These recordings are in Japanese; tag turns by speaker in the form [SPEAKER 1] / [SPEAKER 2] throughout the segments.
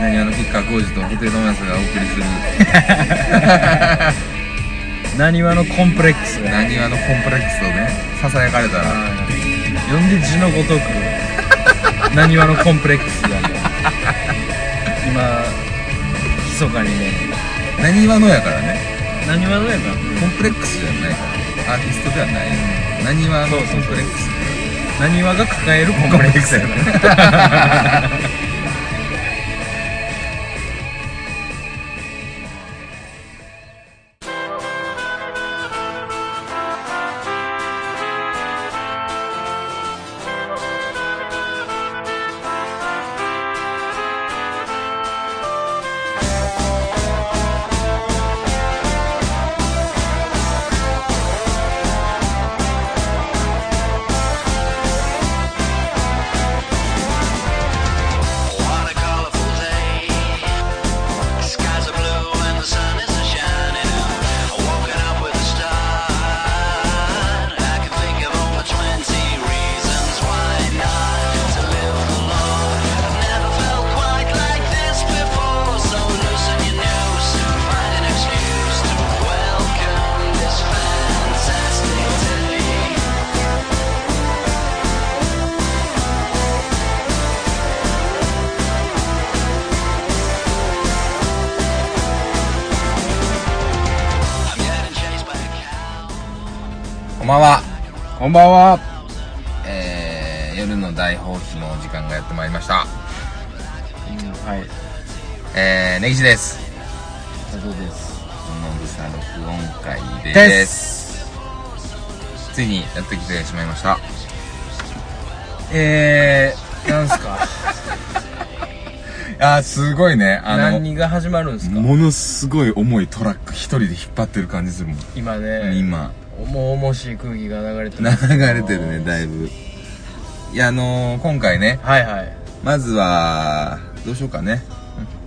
[SPEAKER 1] 何あの吉川浩司と布袋寅泰がお送りする
[SPEAKER 2] なにわのコンプレックス
[SPEAKER 1] なにわのコンプレックスをねささやかれたら
[SPEAKER 2] 呼んで字のごとくなにわのコンプレックスがね今密かにね
[SPEAKER 1] なにわのやからね
[SPEAKER 2] なにわのやから
[SPEAKER 1] コンプレックスじゃないからアーティストではないなにわのコンプレックス
[SPEAKER 2] なにわが抱えるコンプレックスやから
[SPEAKER 3] What a colorful day. Skies are blue and the sun is shining. I'm walking up with a star. I can think of over 20 reasons why not to live alone. I've never felt quite like this before. So loosen your noose and find an excuse to welcome this fantastic day. I'm getting chased by a cow.
[SPEAKER 1] こんばんは
[SPEAKER 2] こんばんは
[SPEAKER 1] えー、夜の大放棄のお時間がやってまいりました
[SPEAKER 2] はい
[SPEAKER 1] えー、根岸です
[SPEAKER 2] 佐藤です
[SPEAKER 1] このぶさ録音会です
[SPEAKER 2] です
[SPEAKER 1] ついにやってきてしまいました
[SPEAKER 2] えー、なんすか
[SPEAKER 1] あーすごいねあの
[SPEAKER 2] 何が始まるんすか
[SPEAKER 1] ものすごい重いトラック一人で引っ張ってる感じするもん
[SPEAKER 2] 今ね
[SPEAKER 1] 今
[SPEAKER 2] 重々しい空気が流れて
[SPEAKER 1] 流
[SPEAKER 2] ます
[SPEAKER 1] れてるねだいぶいやあのー、今回ね
[SPEAKER 2] はいはい
[SPEAKER 1] まずはどうしようかね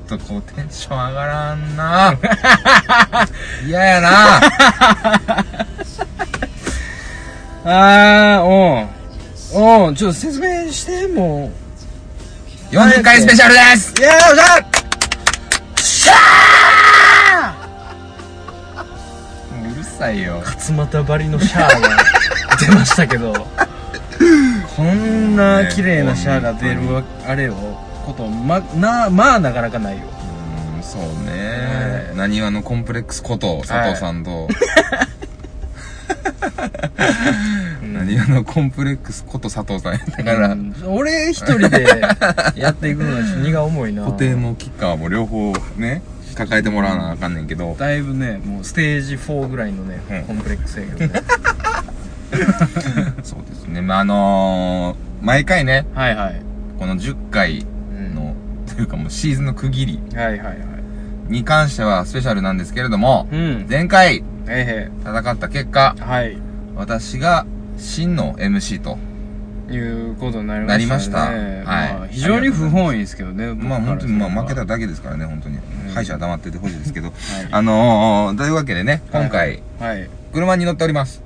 [SPEAKER 1] ちょっとこうテンション上がらんな 嫌や な
[SPEAKER 2] あーうんうんちょっと説明してもう
[SPEAKER 1] 40回スペシャルです
[SPEAKER 2] いやーおじゃっ
[SPEAKER 1] もううるさいよ
[SPEAKER 2] 勝俣張りのシャアが出ましたけどこんな綺麗なシャアが出るわあれをことまなまあなかなかないよ
[SPEAKER 1] うんそう
[SPEAKER 2] ね
[SPEAKER 1] ねなにわのコンプレックスこと佐藤さんと、 なにわのコンプレックスこと佐藤さんやったから、
[SPEAKER 2] うん俺一人でやっていくのはちょっと荷が重いな
[SPEAKER 1] 固定もキッカーも両方ね抱えてもらわなあかんねんけど
[SPEAKER 2] だいぶねもうステージ4ぐらいのね、
[SPEAKER 1] うん
[SPEAKER 2] コンプレックスやけ どね
[SPEAKER 1] そうですねまああのー、毎回ね
[SPEAKER 2] はいはい、
[SPEAKER 1] この10回
[SPEAKER 2] うん
[SPEAKER 1] のというかもうシーズンの区切り
[SPEAKER 2] はいはいはい
[SPEAKER 1] に関してはスペシャルなんですけれども
[SPEAKER 2] うん
[SPEAKER 1] 前回
[SPEAKER 2] え
[SPEAKER 1] 戦った結果
[SPEAKER 2] えはい
[SPEAKER 1] 私が真の MC と
[SPEAKER 2] いうことになり
[SPEAKER 1] な
[SPEAKER 2] ま
[SPEAKER 1] りま
[SPEAKER 2] し
[SPEAKER 1] した
[SPEAKER 2] た
[SPEAKER 1] は
[SPEAKER 2] ね
[SPEAKER 1] い
[SPEAKER 2] まあ非常に不本意ですけどね
[SPEAKER 1] まあ本当にまあ負けた
[SPEAKER 2] は
[SPEAKER 1] だけですからね本当に
[SPEAKER 2] ん
[SPEAKER 1] 敗者は黙っててほしいですけど
[SPEAKER 2] い
[SPEAKER 1] あのー、というわけでね今
[SPEAKER 2] は
[SPEAKER 1] 回
[SPEAKER 2] はい
[SPEAKER 1] 車に乗っております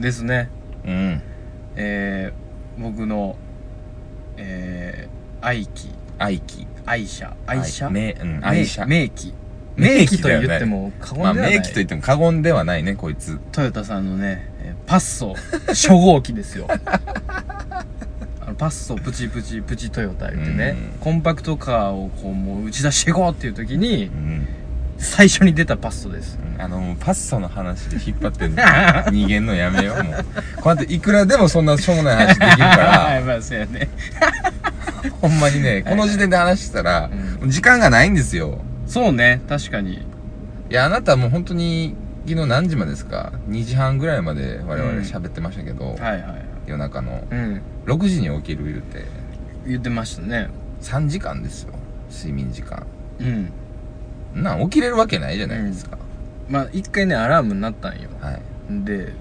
[SPEAKER 2] ですね
[SPEAKER 1] うん
[SPEAKER 2] えー、僕のえー、愛機
[SPEAKER 1] 愛機
[SPEAKER 2] 愛車愛車
[SPEAKER 1] めうん愛車
[SPEAKER 2] 名機
[SPEAKER 1] 名
[SPEAKER 2] 名
[SPEAKER 1] 機
[SPEAKER 2] 機と
[SPEAKER 1] だよ
[SPEAKER 2] 言
[SPEAKER 1] ね
[SPEAKER 2] っても過言で
[SPEAKER 1] ま
[SPEAKER 2] は
[SPEAKER 1] あ
[SPEAKER 2] ない、
[SPEAKER 1] 名機と言っても過言ではないねこいつ
[SPEAKER 2] トヨタさんのねえーパッソ初号機ですよ あのパッソプチプチプチトヨタ言ってね
[SPEAKER 1] うん
[SPEAKER 2] コンパクトカーをこうもう打ち出していこうっていう時に
[SPEAKER 1] うん
[SPEAKER 2] 最初に出たパッソです
[SPEAKER 1] あのパッソの話で引っ張ってん の逃げんのやめようもうこうやっていくらでもそんなしょうもない話できるか
[SPEAKER 2] は
[SPEAKER 1] ら
[SPEAKER 2] いまあそうやね
[SPEAKER 1] ほんまにねこの時点で話したら
[SPEAKER 2] う
[SPEAKER 1] 時間がないんですよ
[SPEAKER 2] そうね確かに
[SPEAKER 1] いやあなたもう本当に昨日何時までですか2時半ぐらいまで我々喋ってましたけど、
[SPEAKER 2] はいはいはい
[SPEAKER 1] 夜中の
[SPEAKER 2] うん
[SPEAKER 1] 6時に起きる言うて
[SPEAKER 2] 言ってましたね
[SPEAKER 1] 3時間ですよ睡眠時間
[SPEAKER 2] うん
[SPEAKER 1] んなん起きれるわけないじゃないですか、
[SPEAKER 2] まあ一回ねアラームになったんよ
[SPEAKER 1] はい
[SPEAKER 2] で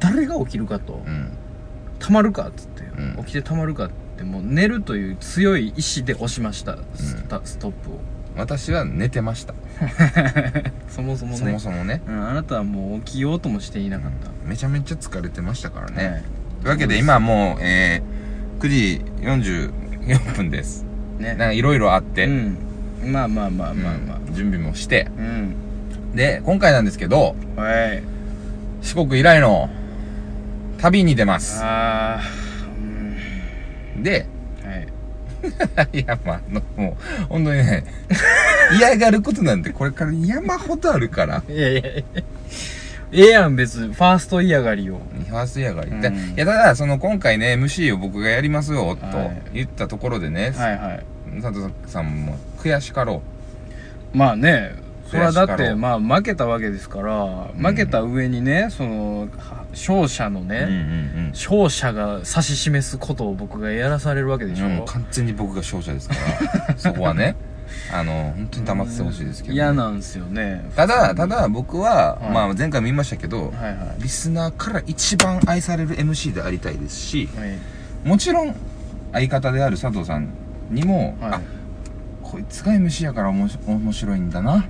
[SPEAKER 2] 誰が起きるかと
[SPEAKER 1] うん
[SPEAKER 2] たまるかっつって、
[SPEAKER 1] うん
[SPEAKER 2] 起きてたまるかってもう寝るという強い意志で押しましたスタストッ プを
[SPEAKER 1] 私は寝てました、
[SPEAKER 2] そもそもね
[SPEAKER 1] そもそもね
[SPEAKER 2] うん、あなたはもう起きようともしていなかった、
[SPEAKER 1] めちゃめちゃ疲れてましたからね、
[SPEAKER 2] はい
[SPEAKER 1] というわけで、今はもう、えー、9時44分です。
[SPEAKER 2] ね
[SPEAKER 1] なんかいろいろあって、
[SPEAKER 2] うんまあまあまあまあまあ
[SPEAKER 1] うん準備もして。
[SPEAKER 2] うん、
[SPEAKER 1] で、今回なんですけど、
[SPEAKER 2] はい
[SPEAKER 1] 四国以来の旅に出ます。
[SPEAKER 2] あーうん
[SPEAKER 1] で、
[SPEAKER 2] はい
[SPEAKER 1] いや、まあ、あのもう、本当にね、嫌がることなんてこれから山ほどあるから。
[SPEAKER 2] いやいやいやええやん別にファースト嫌がりを
[SPEAKER 1] ファーストイヤーが言って、
[SPEAKER 2] うん
[SPEAKER 1] いや、ただ、その、今回ね、MC を僕がやりますよ、と
[SPEAKER 2] はい
[SPEAKER 1] 言ったところでね、
[SPEAKER 2] はいはい
[SPEAKER 1] 佐藤さんも悔しかろ
[SPEAKER 2] まあねそれはだ
[SPEAKER 1] 悔
[SPEAKER 2] っ
[SPEAKER 1] しかろ
[SPEAKER 2] て
[SPEAKER 1] う
[SPEAKER 2] まあ負けたわけですから負けた上にねそのは勝者の
[SPEAKER 1] う。うん
[SPEAKER 2] ね、
[SPEAKER 1] うん
[SPEAKER 2] 勝者が指し示すことを僕がやらされるわけ
[SPEAKER 1] う
[SPEAKER 2] で
[SPEAKER 1] ん。
[SPEAKER 2] し
[SPEAKER 1] い
[SPEAKER 2] ょ
[SPEAKER 1] やもう完全に僕が勝者です から、そこはね、あの、本当に黙っててほしいですけど、
[SPEAKER 2] 嫌なんですよね
[SPEAKER 1] ただ、ただ僕は、
[SPEAKER 2] はい
[SPEAKER 1] まあ前回も言いましたけど、
[SPEAKER 2] はいは
[SPEAKER 1] リスナーから一番愛される MC でありたいですし、
[SPEAKER 2] いはい
[SPEAKER 1] もちろん相方である佐藤さんにも、
[SPEAKER 2] は
[SPEAKER 1] あこいつが MC やからおもし面白いんだ なって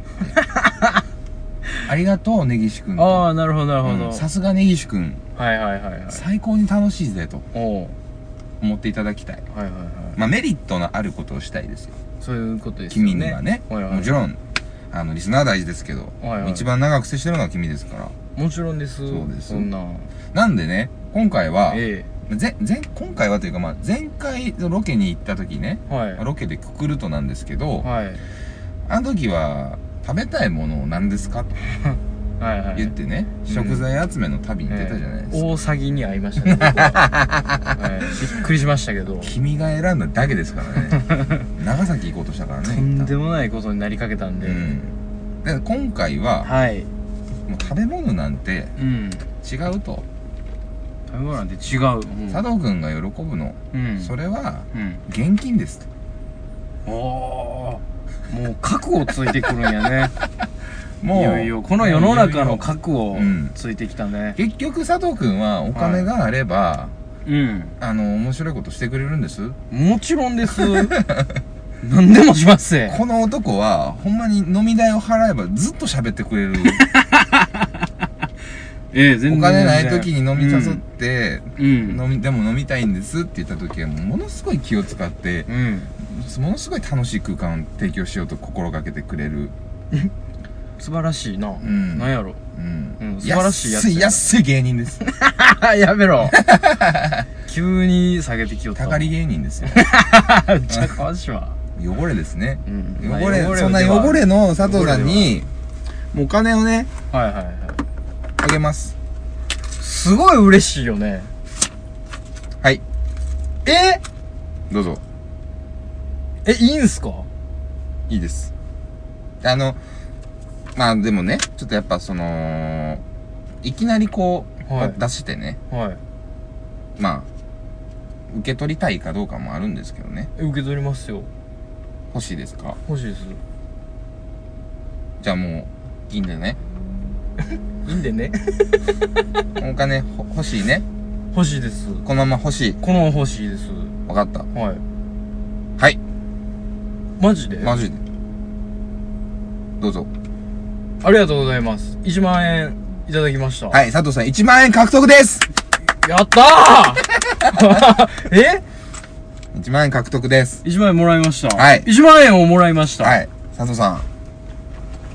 [SPEAKER 1] ありがとう根岸君
[SPEAKER 2] い、ああなるほどなるほど、
[SPEAKER 1] うんさすが根岸君
[SPEAKER 2] はいはいはいはい
[SPEAKER 1] 最高に楽しいぜと
[SPEAKER 2] おう
[SPEAKER 1] 思っていただきたい、
[SPEAKER 2] はいはいはい
[SPEAKER 1] まあ、メリットのあることをしたいですよ
[SPEAKER 2] そういうことですよね
[SPEAKER 1] 君にはね
[SPEAKER 2] はいはい
[SPEAKER 1] もちろんあのリスナーは大事ですけど、
[SPEAKER 2] はいはい
[SPEAKER 1] 一番長く接してるのは君ですから
[SPEAKER 2] もちろんです
[SPEAKER 1] そうです
[SPEAKER 2] そんな
[SPEAKER 1] なんでね今回は、
[SPEAKER 2] え
[SPEAKER 1] ぜ前今回はというか、まあ、前回のロケに行った時ね
[SPEAKER 2] えはい
[SPEAKER 1] ロケでくくるとなんですけど、
[SPEAKER 2] はい
[SPEAKER 1] あの時は食べたいものを何ですかって
[SPEAKER 2] はいはい
[SPEAKER 1] 言ってね、
[SPEAKER 2] うん
[SPEAKER 1] 食材集めの旅に出たじゃないですか、
[SPEAKER 2] ええ大詐欺に会いましたね 僕ははいびっくりしましたけど
[SPEAKER 1] 君が選んだだけですからね 長崎行こうとしたからね
[SPEAKER 2] とんで
[SPEAKER 1] も
[SPEAKER 2] もないことになりかけたんで、
[SPEAKER 1] うんだから今回は
[SPEAKER 2] はい
[SPEAKER 1] もう食べ物なんて
[SPEAKER 2] うん
[SPEAKER 1] 違うと
[SPEAKER 2] 食べ物なんて違うもう
[SPEAKER 1] 佐藤君が喜ぶの、
[SPEAKER 2] うん
[SPEAKER 1] そ
[SPEAKER 2] れ
[SPEAKER 1] れは
[SPEAKER 2] うん
[SPEAKER 1] 現金ですと
[SPEAKER 2] おおもう覚悟ついてくるんやね
[SPEAKER 1] もう
[SPEAKER 2] いよいよこの世の中の覚悟
[SPEAKER 1] うん
[SPEAKER 2] ついてきたね
[SPEAKER 1] 結局佐藤君はお金があれば、
[SPEAKER 2] うん
[SPEAKER 1] あの面白いことしてくれるんです
[SPEAKER 2] もちろ んです。何でもしますぜ。
[SPEAKER 1] この男はほんまに飲み代を払えばずっと喋ってくれる
[SPEAKER 2] ええ、全
[SPEAKER 1] お金ない時に飲み誘って、
[SPEAKER 2] うん。
[SPEAKER 1] 飲みでも飲みたいんですって言った時はもうものすごい気を使って
[SPEAKER 2] うん。
[SPEAKER 1] ものすごい楽しい空間を提供しようと心がけてくれる、
[SPEAKER 2] 素晴らしいな。
[SPEAKER 1] ん
[SPEAKER 2] なんやろ。
[SPEAKER 1] うん
[SPEAKER 2] うん素晴らしいやつ
[SPEAKER 1] 安
[SPEAKER 2] や
[SPEAKER 1] い
[SPEAKER 2] な
[SPEAKER 1] 安い芸人です
[SPEAKER 2] やめろ。 急に下げてきよった。
[SPEAKER 1] たかり。芸人です よ
[SPEAKER 2] じゃあ、川島。
[SPEAKER 1] 汚れですね
[SPEAKER 2] うん
[SPEAKER 1] 汚れ,、
[SPEAKER 2] まあ
[SPEAKER 1] そんな
[SPEAKER 2] では
[SPEAKER 1] 汚れの佐藤さん
[SPEAKER 2] 汚
[SPEAKER 1] にもうお金をね
[SPEAKER 2] はいはいはい。
[SPEAKER 1] あげます
[SPEAKER 2] すごい嬉しいよね。
[SPEAKER 1] はい
[SPEAKER 2] え
[SPEAKER 1] どうぞ
[SPEAKER 2] え、いいんすか
[SPEAKER 1] いいですあのまあでもねちょっとやっぱそのいきなりこう、
[SPEAKER 2] はい
[SPEAKER 1] 出してね
[SPEAKER 2] はい。
[SPEAKER 1] まあ、受け取りたいかどうかもあるんですけどね。
[SPEAKER 2] え受け取りますよ。
[SPEAKER 1] 欲しいですか
[SPEAKER 2] 欲しいです。
[SPEAKER 1] じゃあもう、いいんだよね。
[SPEAKER 2] いいんでね。
[SPEAKER 1] お金ほ欲しいね。
[SPEAKER 2] 欲しいです。
[SPEAKER 1] このまま欲しい。
[SPEAKER 2] この欲しいです。
[SPEAKER 1] わかった。
[SPEAKER 2] はい。
[SPEAKER 1] はい。
[SPEAKER 2] マジで
[SPEAKER 1] マジで。どうぞ。
[SPEAKER 2] ありがとうございます。1万円いただきました。
[SPEAKER 1] はい、佐藤さん1万円獲得です
[SPEAKER 2] やったー え
[SPEAKER 1] !1 万円獲得です。
[SPEAKER 2] ?1 万円もらいました。
[SPEAKER 1] はい
[SPEAKER 2] 1万円をもらいました。。
[SPEAKER 1] はいい。佐藤さん。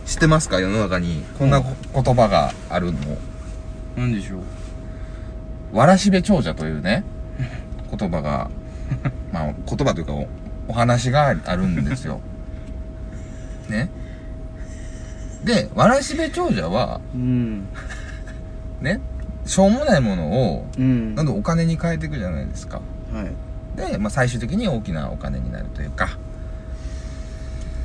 [SPEAKER 1] 知ってますか世の中に。こんなこ言葉があるのを。
[SPEAKER 2] なんでしょう。
[SPEAKER 1] わらしべ長者というね、言葉が、 まあ、言葉というかお、お話があるんですよ。 ね。で、わらしべ長者は、
[SPEAKER 2] うん。
[SPEAKER 1] ね、しょうもないものを、
[SPEAKER 2] うん
[SPEAKER 1] どんどんお金に変えていくじゃないですか。
[SPEAKER 2] はい。
[SPEAKER 1] で、まあ、最終的に大きなお金になるというか。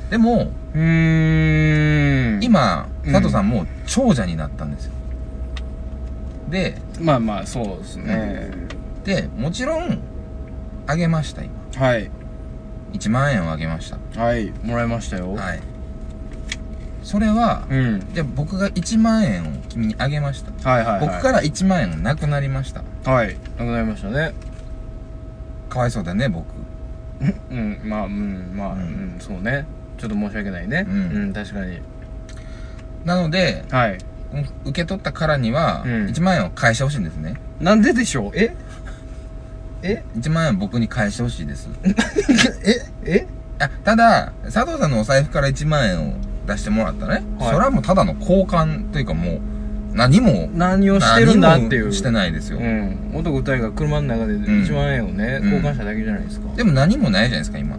[SPEAKER 1] でも、
[SPEAKER 2] うーん。、
[SPEAKER 1] 今、
[SPEAKER 2] うん
[SPEAKER 1] 佐藤さんもう長者になったんですよ。で、
[SPEAKER 2] まあまあ、そうですね。
[SPEAKER 1] で、もちろん、あげました、今。
[SPEAKER 2] はい。
[SPEAKER 1] 1万円をあげました。
[SPEAKER 2] はい。もらいましたよ。
[SPEAKER 1] はい。それは、
[SPEAKER 2] うん。
[SPEAKER 1] じゃあ僕が1万円を君にあげました。
[SPEAKER 2] はいはい、はい。
[SPEAKER 1] 僕から1万円がなくなりました。
[SPEAKER 2] ら。はい。なくなりましたね。
[SPEAKER 1] かわいそうだね、僕。
[SPEAKER 2] うん。まあ、うん。まあ、うん、そうね。ちょっと申し訳ないね。
[SPEAKER 1] うん
[SPEAKER 2] うん、確かに。
[SPEAKER 1] なので、
[SPEAKER 2] はい。
[SPEAKER 1] 受け取ったからには、
[SPEAKER 2] うん
[SPEAKER 1] 1万円を返してほしいんですね。
[SPEAKER 2] なんででしょうええ
[SPEAKER 1] 1万円僕に返してほしいです。
[SPEAKER 2] ええ
[SPEAKER 1] あただ、佐藤さんのお財布から1万円を出してもらったね。
[SPEAKER 2] はい
[SPEAKER 1] それはもうただの交換というかもう、何も、
[SPEAKER 2] 何をしてるんだってい
[SPEAKER 1] 何
[SPEAKER 2] う
[SPEAKER 1] もしてないですよ。
[SPEAKER 2] うん、男2人が車の中で
[SPEAKER 1] ん
[SPEAKER 2] 1万円をね、
[SPEAKER 1] うん
[SPEAKER 2] 交換しただけじゃないですか
[SPEAKER 1] でも何もないじゃないですか、今。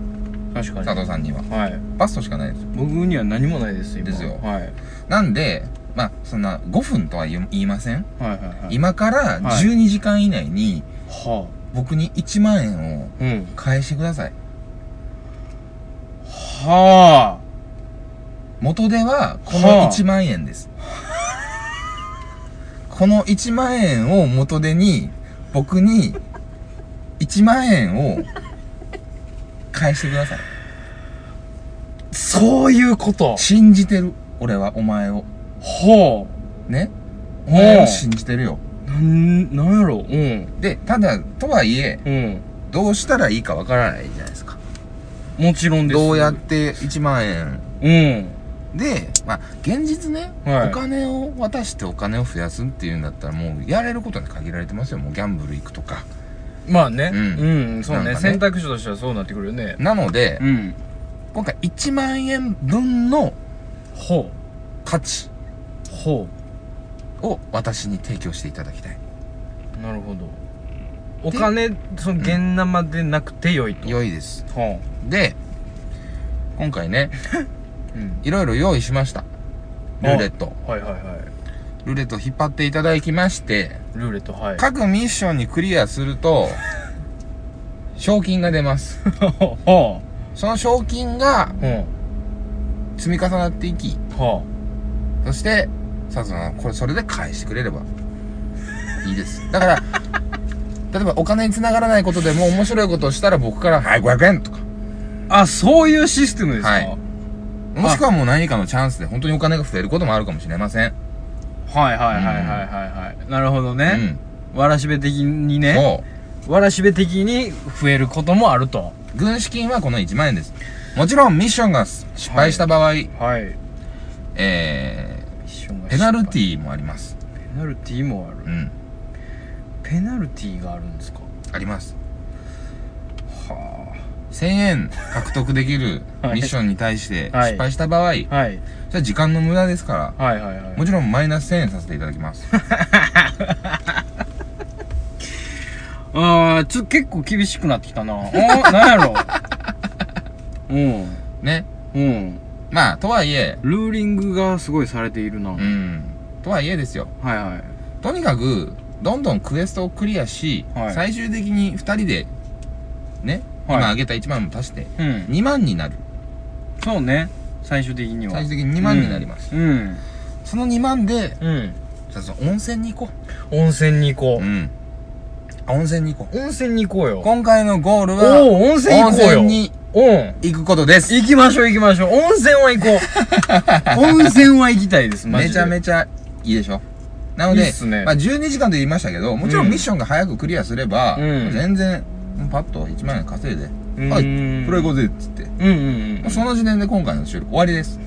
[SPEAKER 2] 確かに
[SPEAKER 1] 佐藤さんには。
[SPEAKER 2] はい
[SPEAKER 1] バストしかないですよ。
[SPEAKER 2] 僕には何もないです今
[SPEAKER 1] ですよ
[SPEAKER 2] はい、はい
[SPEAKER 1] なんで、まあ、そんな5分とは言う言いません。
[SPEAKER 2] はいはい
[SPEAKER 1] 今から
[SPEAKER 2] はい
[SPEAKER 1] 12時間以内に、
[SPEAKER 2] は
[SPEAKER 1] 僕に1万円を
[SPEAKER 2] あうん
[SPEAKER 1] 返してください。
[SPEAKER 2] は
[SPEAKER 1] 元手はこ
[SPEAKER 2] はあ
[SPEAKER 1] の1万円です。 この1万円を元手に、僕に1万円を返してください。
[SPEAKER 2] あそういうこと
[SPEAKER 1] 信じてる。俺はお前を。
[SPEAKER 2] は
[SPEAKER 1] ねお
[SPEAKER 2] はあ
[SPEAKER 1] 前を信じてるよ。
[SPEAKER 2] あなんなんやろうん
[SPEAKER 1] で、ただ、とはいえ、
[SPEAKER 2] うん
[SPEAKER 1] どうしたらいいかわからないじゃないですか。
[SPEAKER 2] もちろんです
[SPEAKER 1] どうやって1万円
[SPEAKER 2] うん
[SPEAKER 1] で、まあ、現実ね、
[SPEAKER 2] はい
[SPEAKER 1] お金を渡してお金を増やすっていうんだったら、もうやれることに限られてますよ。もうギャンブル行くとか。
[SPEAKER 2] まあね
[SPEAKER 1] う
[SPEAKER 2] うんん、そう
[SPEAKER 1] なん
[SPEAKER 2] ね
[SPEAKER 1] かね
[SPEAKER 2] 選択肢としてはそうなってくるよね
[SPEAKER 1] なので、
[SPEAKER 2] うん
[SPEAKER 1] 今回1万円分の
[SPEAKER 2] ほ
[SPEAKER 1] 価値
[SPEAKER 2] うほ
[SPEAKER 1] を私に提供していただきたい。
[SPEAKER 2] うなるほどお金その現生でなくてよいと
[SPEAKER 1] 良いです。
[SPEAKER 2] は
[SPEAKER 1] で、今回ね、
[SPEAKER 2] あうん
[SPEAKER 1] いろいろ用意しました。ルーレット。
[SPEAKER 2] はいはいはい
[SPEAKER 1] ルーレット引っ張っていただきまして、
[SPEAKER 2] ルーレットはい
[SPEAKER 1] 各ミッションにクリアする と、賞金が出ます。
[SPEAKER 2] は
[SPEAKER 1] その賞金が
[SPEAKER 2] あうん
[SPEAKER 1] 積み重なっていき、
[SPEAKER 2] は
[SPEAKER 1] そして、佐藤さん、これ、それで返してくれれば、いいです。だから、 例えばお金に繋がらないことでも面白いことをしたら僕から、はい、500円とか、
[SPEAKER 2] ああそういうシステムですか
[SPEAKER 1] は
[SPEAKER 2] はいい
[SPEAKER 1] もしくはもう何かのチャンスで本当にお金が増えることもあるかもしれません。
[SPEAKER 2] はいはいはいはいはいなるほど
[SPEAKER 1] う
[SPEAKER 2] ね
[SPEAKER 1] ん。
[SPEAKER 2] わらしべ的にね
[SPEAKER 1] も
[SPEAKER 2] わらしべ的に増えることもあると
[SPEAKER 1] う、軍資金はこの1万円です。もちろん、ミッションが失敗した場合、
[SPEAKER 2] はい
[SPEAKER 1] えー、ペナルテ
[SPEAKER 2] ィ
[SPEAKER 1] ィーもあります。
[SPEAKER 2] ペナルティもある
[SPEAKER 1] うん。
[SPEAKER 2] ペナルティがあるんですか
[SPEAKER 1] あります。
[SPEAKER 2] は
[SPEAKER 1] 1000円獲得できる
[SPEAKER 2] はい
[SPEAKER 1] ミッションに対して
[SPEAKER 2] はい
[SPEAKER 1] 失敗した場合、
[SPEAKER 2] あはい
[SPEAKER 1] それは時間の無駄ですから、
[SPEAKER 2] はいはいはい
[SPEAKER 1] もちろんマイナス1000円させていただき ます。
[SPEAKER 2] ああちょっと結構厳しくなってきたなあーなんやろ うん
[SPEAKER 1] ね。
[SPEAKER 2] うん
[SPEAKER 1] まあ、とはいえ、
[SPEAKER 2] ルーリングがすごいされているな、
[SPEAKER 1] うん。とはいえですよ。
[SPEAKER 2] はいはい
[SPEAKER 1] とにかく、どんどんクエストをクリアし、
[SPEAKER 2] はい
[SPEAKER 1] 最終的に2人で、ね、
[SPEAKER 2] はい
[SPEAKER 1] 今あげた1万も足して、
[SPEAKER 2] うん
[SPEAKER 1] 2万になる。
[SPEAKER 2] そうね最終的には
[SPEAKER 1] 最終的に2万になります。
[SPEAKER 2] うん
[SPEAKER 1] その2万で、
[SPEAKER 2] うん、うん
[SPEAKER 1] さその温泉に行こ
[SPEAKER 2] 温泉に行こ
[SPEAKER 1] う。ん。あ、温泉に行こう。
[SPEAKER 2] う温泉に行こうよ
[SPEAKER 1] 今回のゴール
[SPEAKER 2] お
[SPEAKER 1] は、
[SPEAKER 2] お温泉行こうよ
[SPEAKER 1] 温泉に
[SPEAKER 2] うん
[SPEAKER 1] 行くことです。
[SPEAKER 2] 行きましょう行きましょう温泉は行こ う温泉は行きたいですマ
[SPEAKER 1] め
[SPEAKER 2] ジで
[SPEAKER 1] ちゃめ
[SPEAKER 2] ち
[SPEAKER 1] ちゃいいでしょなので
[SPEAKER 2] いいっすね
[SPEAKER 1] まあ、12時間と言いましたけどもちろん
[SPEAKER 2] うん
[SPEAKER 1] ミッションが早くクリアすれば、
[SPEAKER 2] うん
[SPEAKER 1] 全然うんパッと1万円稼いで「
[SPEAKER 2] うん
[SPEAKER 1] はいプレイゴゼ」っつって、も
[SPEAKER 2] ゃうんうん
[SPEAKER 1] うその時点で今回の収録終わりです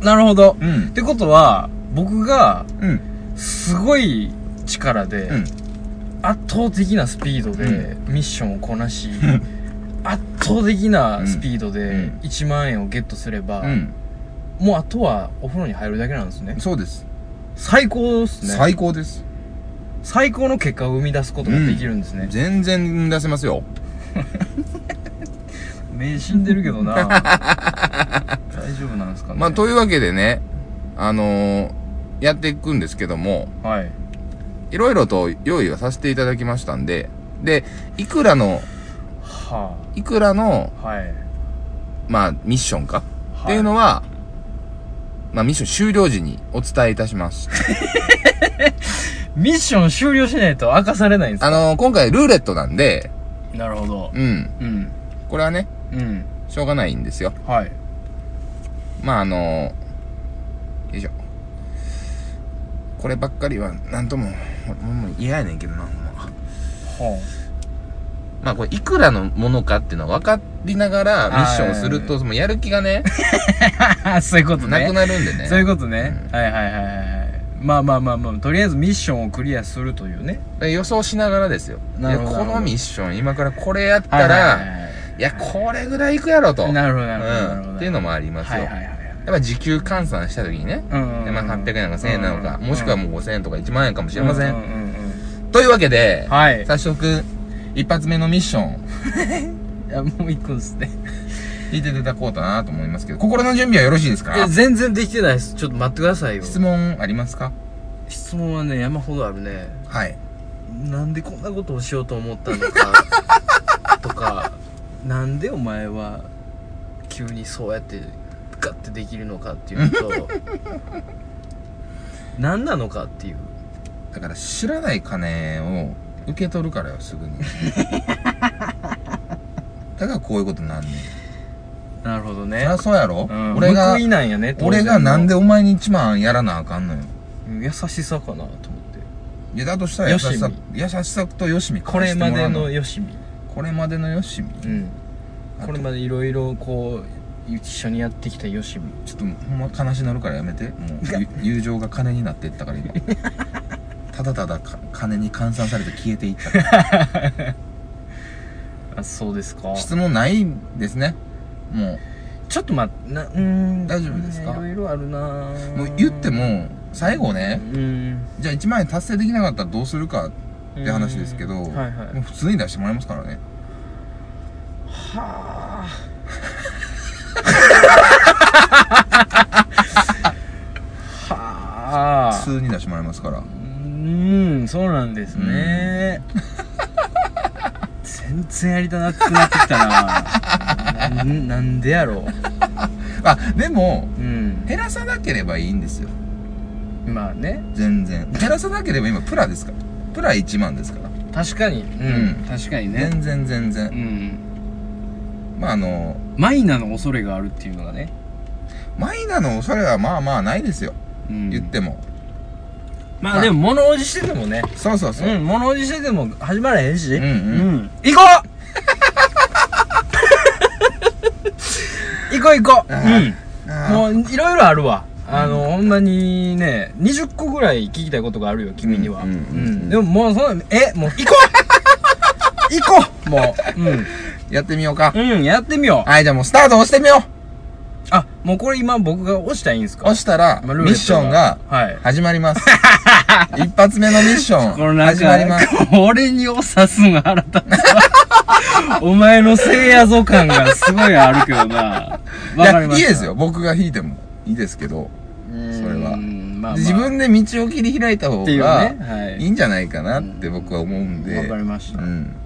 [SPEAKER 2] うんなるほど、
[SPEAKER 1] うん
[SPEAKER 2] ってことは僕が
[SPEAKER 1] うん
[SPEAKER 2] すごい力で、
[SPEAKER 1] うん
[SPEAKER 2] 圧倒的なスピードで
[SPEAKER 1] う
[SPEAKER 2] ミッションをこ なし、圧倒的なスピード
[SPEAKER 1] う
[SPEAKER 2] で
[SPEAKER 1] ん
[SPEAKER 2] 1万円をゲットすれば、
[SPEAKER 1] うん
[SPEAKER 2] もうあとはお風呂に入るだけなんですね
[SPEAKER 1] そうです、
[SPEAKER 2] 最高ですね
[SPEAKER 1] 最高です
[SPEAKER 2] 最高の結果を生み出すことができるんですね、
[SPEAKER 1] 全然出せますよ
[SPEAKER 2] 目死んでるけ どな大丈夫なんですかね
[SPEAKER 1] まあというわけでねあのーやっていくんですけども
[SPEAKER 2] はい
[SPEAKER 1] いろいろと用意はさせていただきましたんででいくらの
[SPEAKER 2] はい
[SPEAKER 1] くらの
[SPEAKER 2] あはい
[SPEAKER 1] まあミッションか
[SPEAKER 2] は
[SPEAKER 1] っていうのは、まあ、ミッション終了時にお伝えいたします。
[SPEAKER 2] ミッション終了しないと明かされないんです
[SPEAKER 1] あのー今回ルーレットなんで、
[SPEAKER 2] なるほど
[SPEAKER 1] うん、
[SPEAKER 2] うん
[SPEAKER 1] これはね、
[SPEAKER 2] うん
[SPEAKER 1] しょうがないんですよ。
[SPEAKER 2] はい
[SPEAKER 1] まあ、あのーよいしょ。こればっかりは、なんとも、ほもう嫌やねんけどな、ほんま。
[SPEAKER 2] は
[SPEAKER 1] まあ、これ、いくらのものかっていうのは分かりながら、ミッションをすると、もうやる気がね、
[SPEAKER 2] あそういうことね
[SPEAKER 1] なくなるんでね。
[SPEAKER 2] そういうことね、
[SPEAKER 1] うん
[SPEAKER 2] はいはいはいはいはいまあまあまあまあとりあえずミッションをクリアするというね
[SPEAKER 1] で予想しながらですよい
[SPEAKER 2] な
[SPEAKER 1] や
[SPEAKER 2] るほど
[SPEAKER 1] このミッション今からこれやった
[SPEAKER 2] はいはいはい
[SPEAKER 1] らいやこれぐらいいくやろと
[SPEAKER 2] はいなるほどなるほどなるほ
[SPEAKER 1] う
[SPEAKER 2] ど
[SPEAKER 1] んっていうのもあります
[SPEAKER 2] は
[SPEAKER 1] よ
[SPEAKER 2] い
[SPEAKER 1] や
[SPEAKER 2] はい
[SPEAKER 1] っ
[SPEAKER 2] はいはい
[SPEAKER 1] ぱ時給換算した時にね
[SPEAKER 2] うん
[SPEAKER 1] でまあ800円なのか1000円なのかもしくはもう5000円とか1万円かもし
[SPEAKER 2] 知
[SPEAKER 1] れませんというわけで
[SPEAKER 2] はい
[SPEAKER 1] 早速一発目のミッション
[SPEAKER 2] いやもう行くんですね
[SPEAKER 1] 聞いていただこうかなと思いますけど心の準備はよろしいです
[SPEAKER 2] い
[SPEAKER 1] か
[SPEAKER 2] や全然できてないですちょっと待ってくださいよ
[SPEAKER 1] 質問ありますか
[SPEAKER 2] 質問はね山ほどあるね
[SPEAKER 1] はい
[SPEAKER 2] なんでこんなことをしようと思ったのかとかなんでお前は急にそうやってガッてできるのかっていうのと何なのかっていう
[SPEAKER 1] だから知らない金を受け取るからよす ぐにだからこういうことなんねん
[SPEAKER 2] なるほど
[SPEAKER 1] そり
[SPEAKER 2] ね
[SPEAKER 1] ゃそうやろ、
[SPEAKER 2] うん
[SPEAKER 1] 俺が
[SPEAKER 2] 報いなんやね当
[SPEAKER 1] 俺
[SPEAKER 2] 然の
[SPEAKER 1] がなんでお前に一万やらなあかんのよ
[SPEAKER 2] 優しさかなと思って
[SPEAKER 1] いやだとしたら優しさ
[SPEAKER 2] よし
[SPEAKER 1] 優しさとよしみ
[SPEAKER 2] これま
[SPEAKER 1] 貸して
[SPEAKER 2] での
[SPEAKER 1] もらう
[SPEAKER 2] よしみ
[SPEAKER 1] のこれまでのよしみ
[SPEAKER 2] うん
[SPEAKER 1] あと
[SPEAKER 2] これまでいろいろこう一緒にやってきたよしみ
[SPEAKER 1] ちょっとほんま悲しなるからやめてもうゆ 友情が金になっていったから 今ただただか金に換算されて消えていったから
[SPEAKER 2] あそうですか
[SPEAKER 1] 質問ないですねも
[SPEAKER 2] ちょっとまなうーん
[SPEAKER 1] 大丈夫ですか
[SPEAKER 2] いろいろあるな
[SPEAKER 1] うもう言っても最後ね
[SPEAKER 2] うん
[SPEAKER 1] じゃあ1万円達成できなかったらどうするかって話ですけど、
[SPEAKER 2] うんはいはい
[SPEAKER 1] もう普通に出してもらいますからね
[SPEAKER 2] はあはあ
[SPEAKER 1] 普通に出してもらいますから
[SPEAKER 2] うーんそうなんですね全然やりたなくなってきたななんなんでやろ
[SPEAKER 1] あでも
[SPEAKER 2] ううん
[SPEAKER 1] 減らさなければいいんですよ
[SPEAKER 2] まあね
[SPEAKER 1] 全然減らさなければ今プラですからプラ1万ですから
[SPEAKER 2] 確かにうん、
[SPEAKER 1] うん
[SPEAKER 2] 確かにね
[SPEAKER 1] 全然全
[SPEAKER 2] う
[SPEAKER 1] 然
[SPEAKER 2] ん
[SPEAKER 1] まああの
[SPEAKER 2] マイナの恐れがあるっていうのがね、
[SPEAKER 1] マイナのおしゃれはまあまあないですよ
[SPEAKER 2] うん、
[SPEAKER 1] 言っても
[SPEAKER 2] まあでも物おじしててもね
[SPEAKER 1] そうそうそううん
[SPEAKER 2] 物おじしてても始まらへんし
[SPEAKER 1] うんうん
[SPEAKER 2] 行こう 行こう行こううん
[SPEAKER 1] あー
[SPEAKER 2] もういろいろあるわあの、ほんまにね20個ぐらい聞きたいことがあるよ君には
[SPEAKER 1] う
[SPEAKER 2] うんん、
[SPEAKER 1] うんうんうん
[SPEAKER 2] でももうそんなえもう行こう 行こうもう
[SPEAKER 1] やってみようか
[SPEAKER 2] うん、うん、やってみよう
[SPEAKER 1] はいじゃあもうスタート押してみよ
[SPEAKER 2] あもうこれ今僕が押したらいいんです
[SPEAKER 1] う
[SPEAKER 2] か
[SPEAKER 1] 押したらミ
[SPEAKER 2] まあルーレ
[SPEAKER 1] ッ
[SPEAKER 2] ッ
[SPEAKER 1] シ
[SPEAKER 2] ト
[SPEAKER 1] ョンが
[SPEAKER 2] はい
[SPEAKER 1] 始まり ます一発目のミッショ
[SPEAKER 2] この
[SPEAKER 1] ン
[SPEAKER 2] なん
[SPEAKER 1] 始
[SPEAKER 2] か
[SPEAKER 1] まります
[SPEAKER 2] 俺に押さすの腹立つわお前のせいやぞ感がすごいあるけどな。 わかりま
[SPEAKER 1] い
[SPEAKER 2] した。
[SPEAKER 1] やいいですよ僕が引いてもいいですけど
[SPEAKER 2] うーん。
[SPEAKER 1] それは
[SPEAKER 2] まあまあ、
[SPEAKER 1] 自分で道を切り開いた方
[SPEAKER 2] っていうね。
[SPEAKER 1] が
[SPEAKER 2] はい。
[SPEAKER 1] いいんじゃないかなって僕は思うんで
[SPEAKER 2] わかりました。
[SPEAKER 1] うん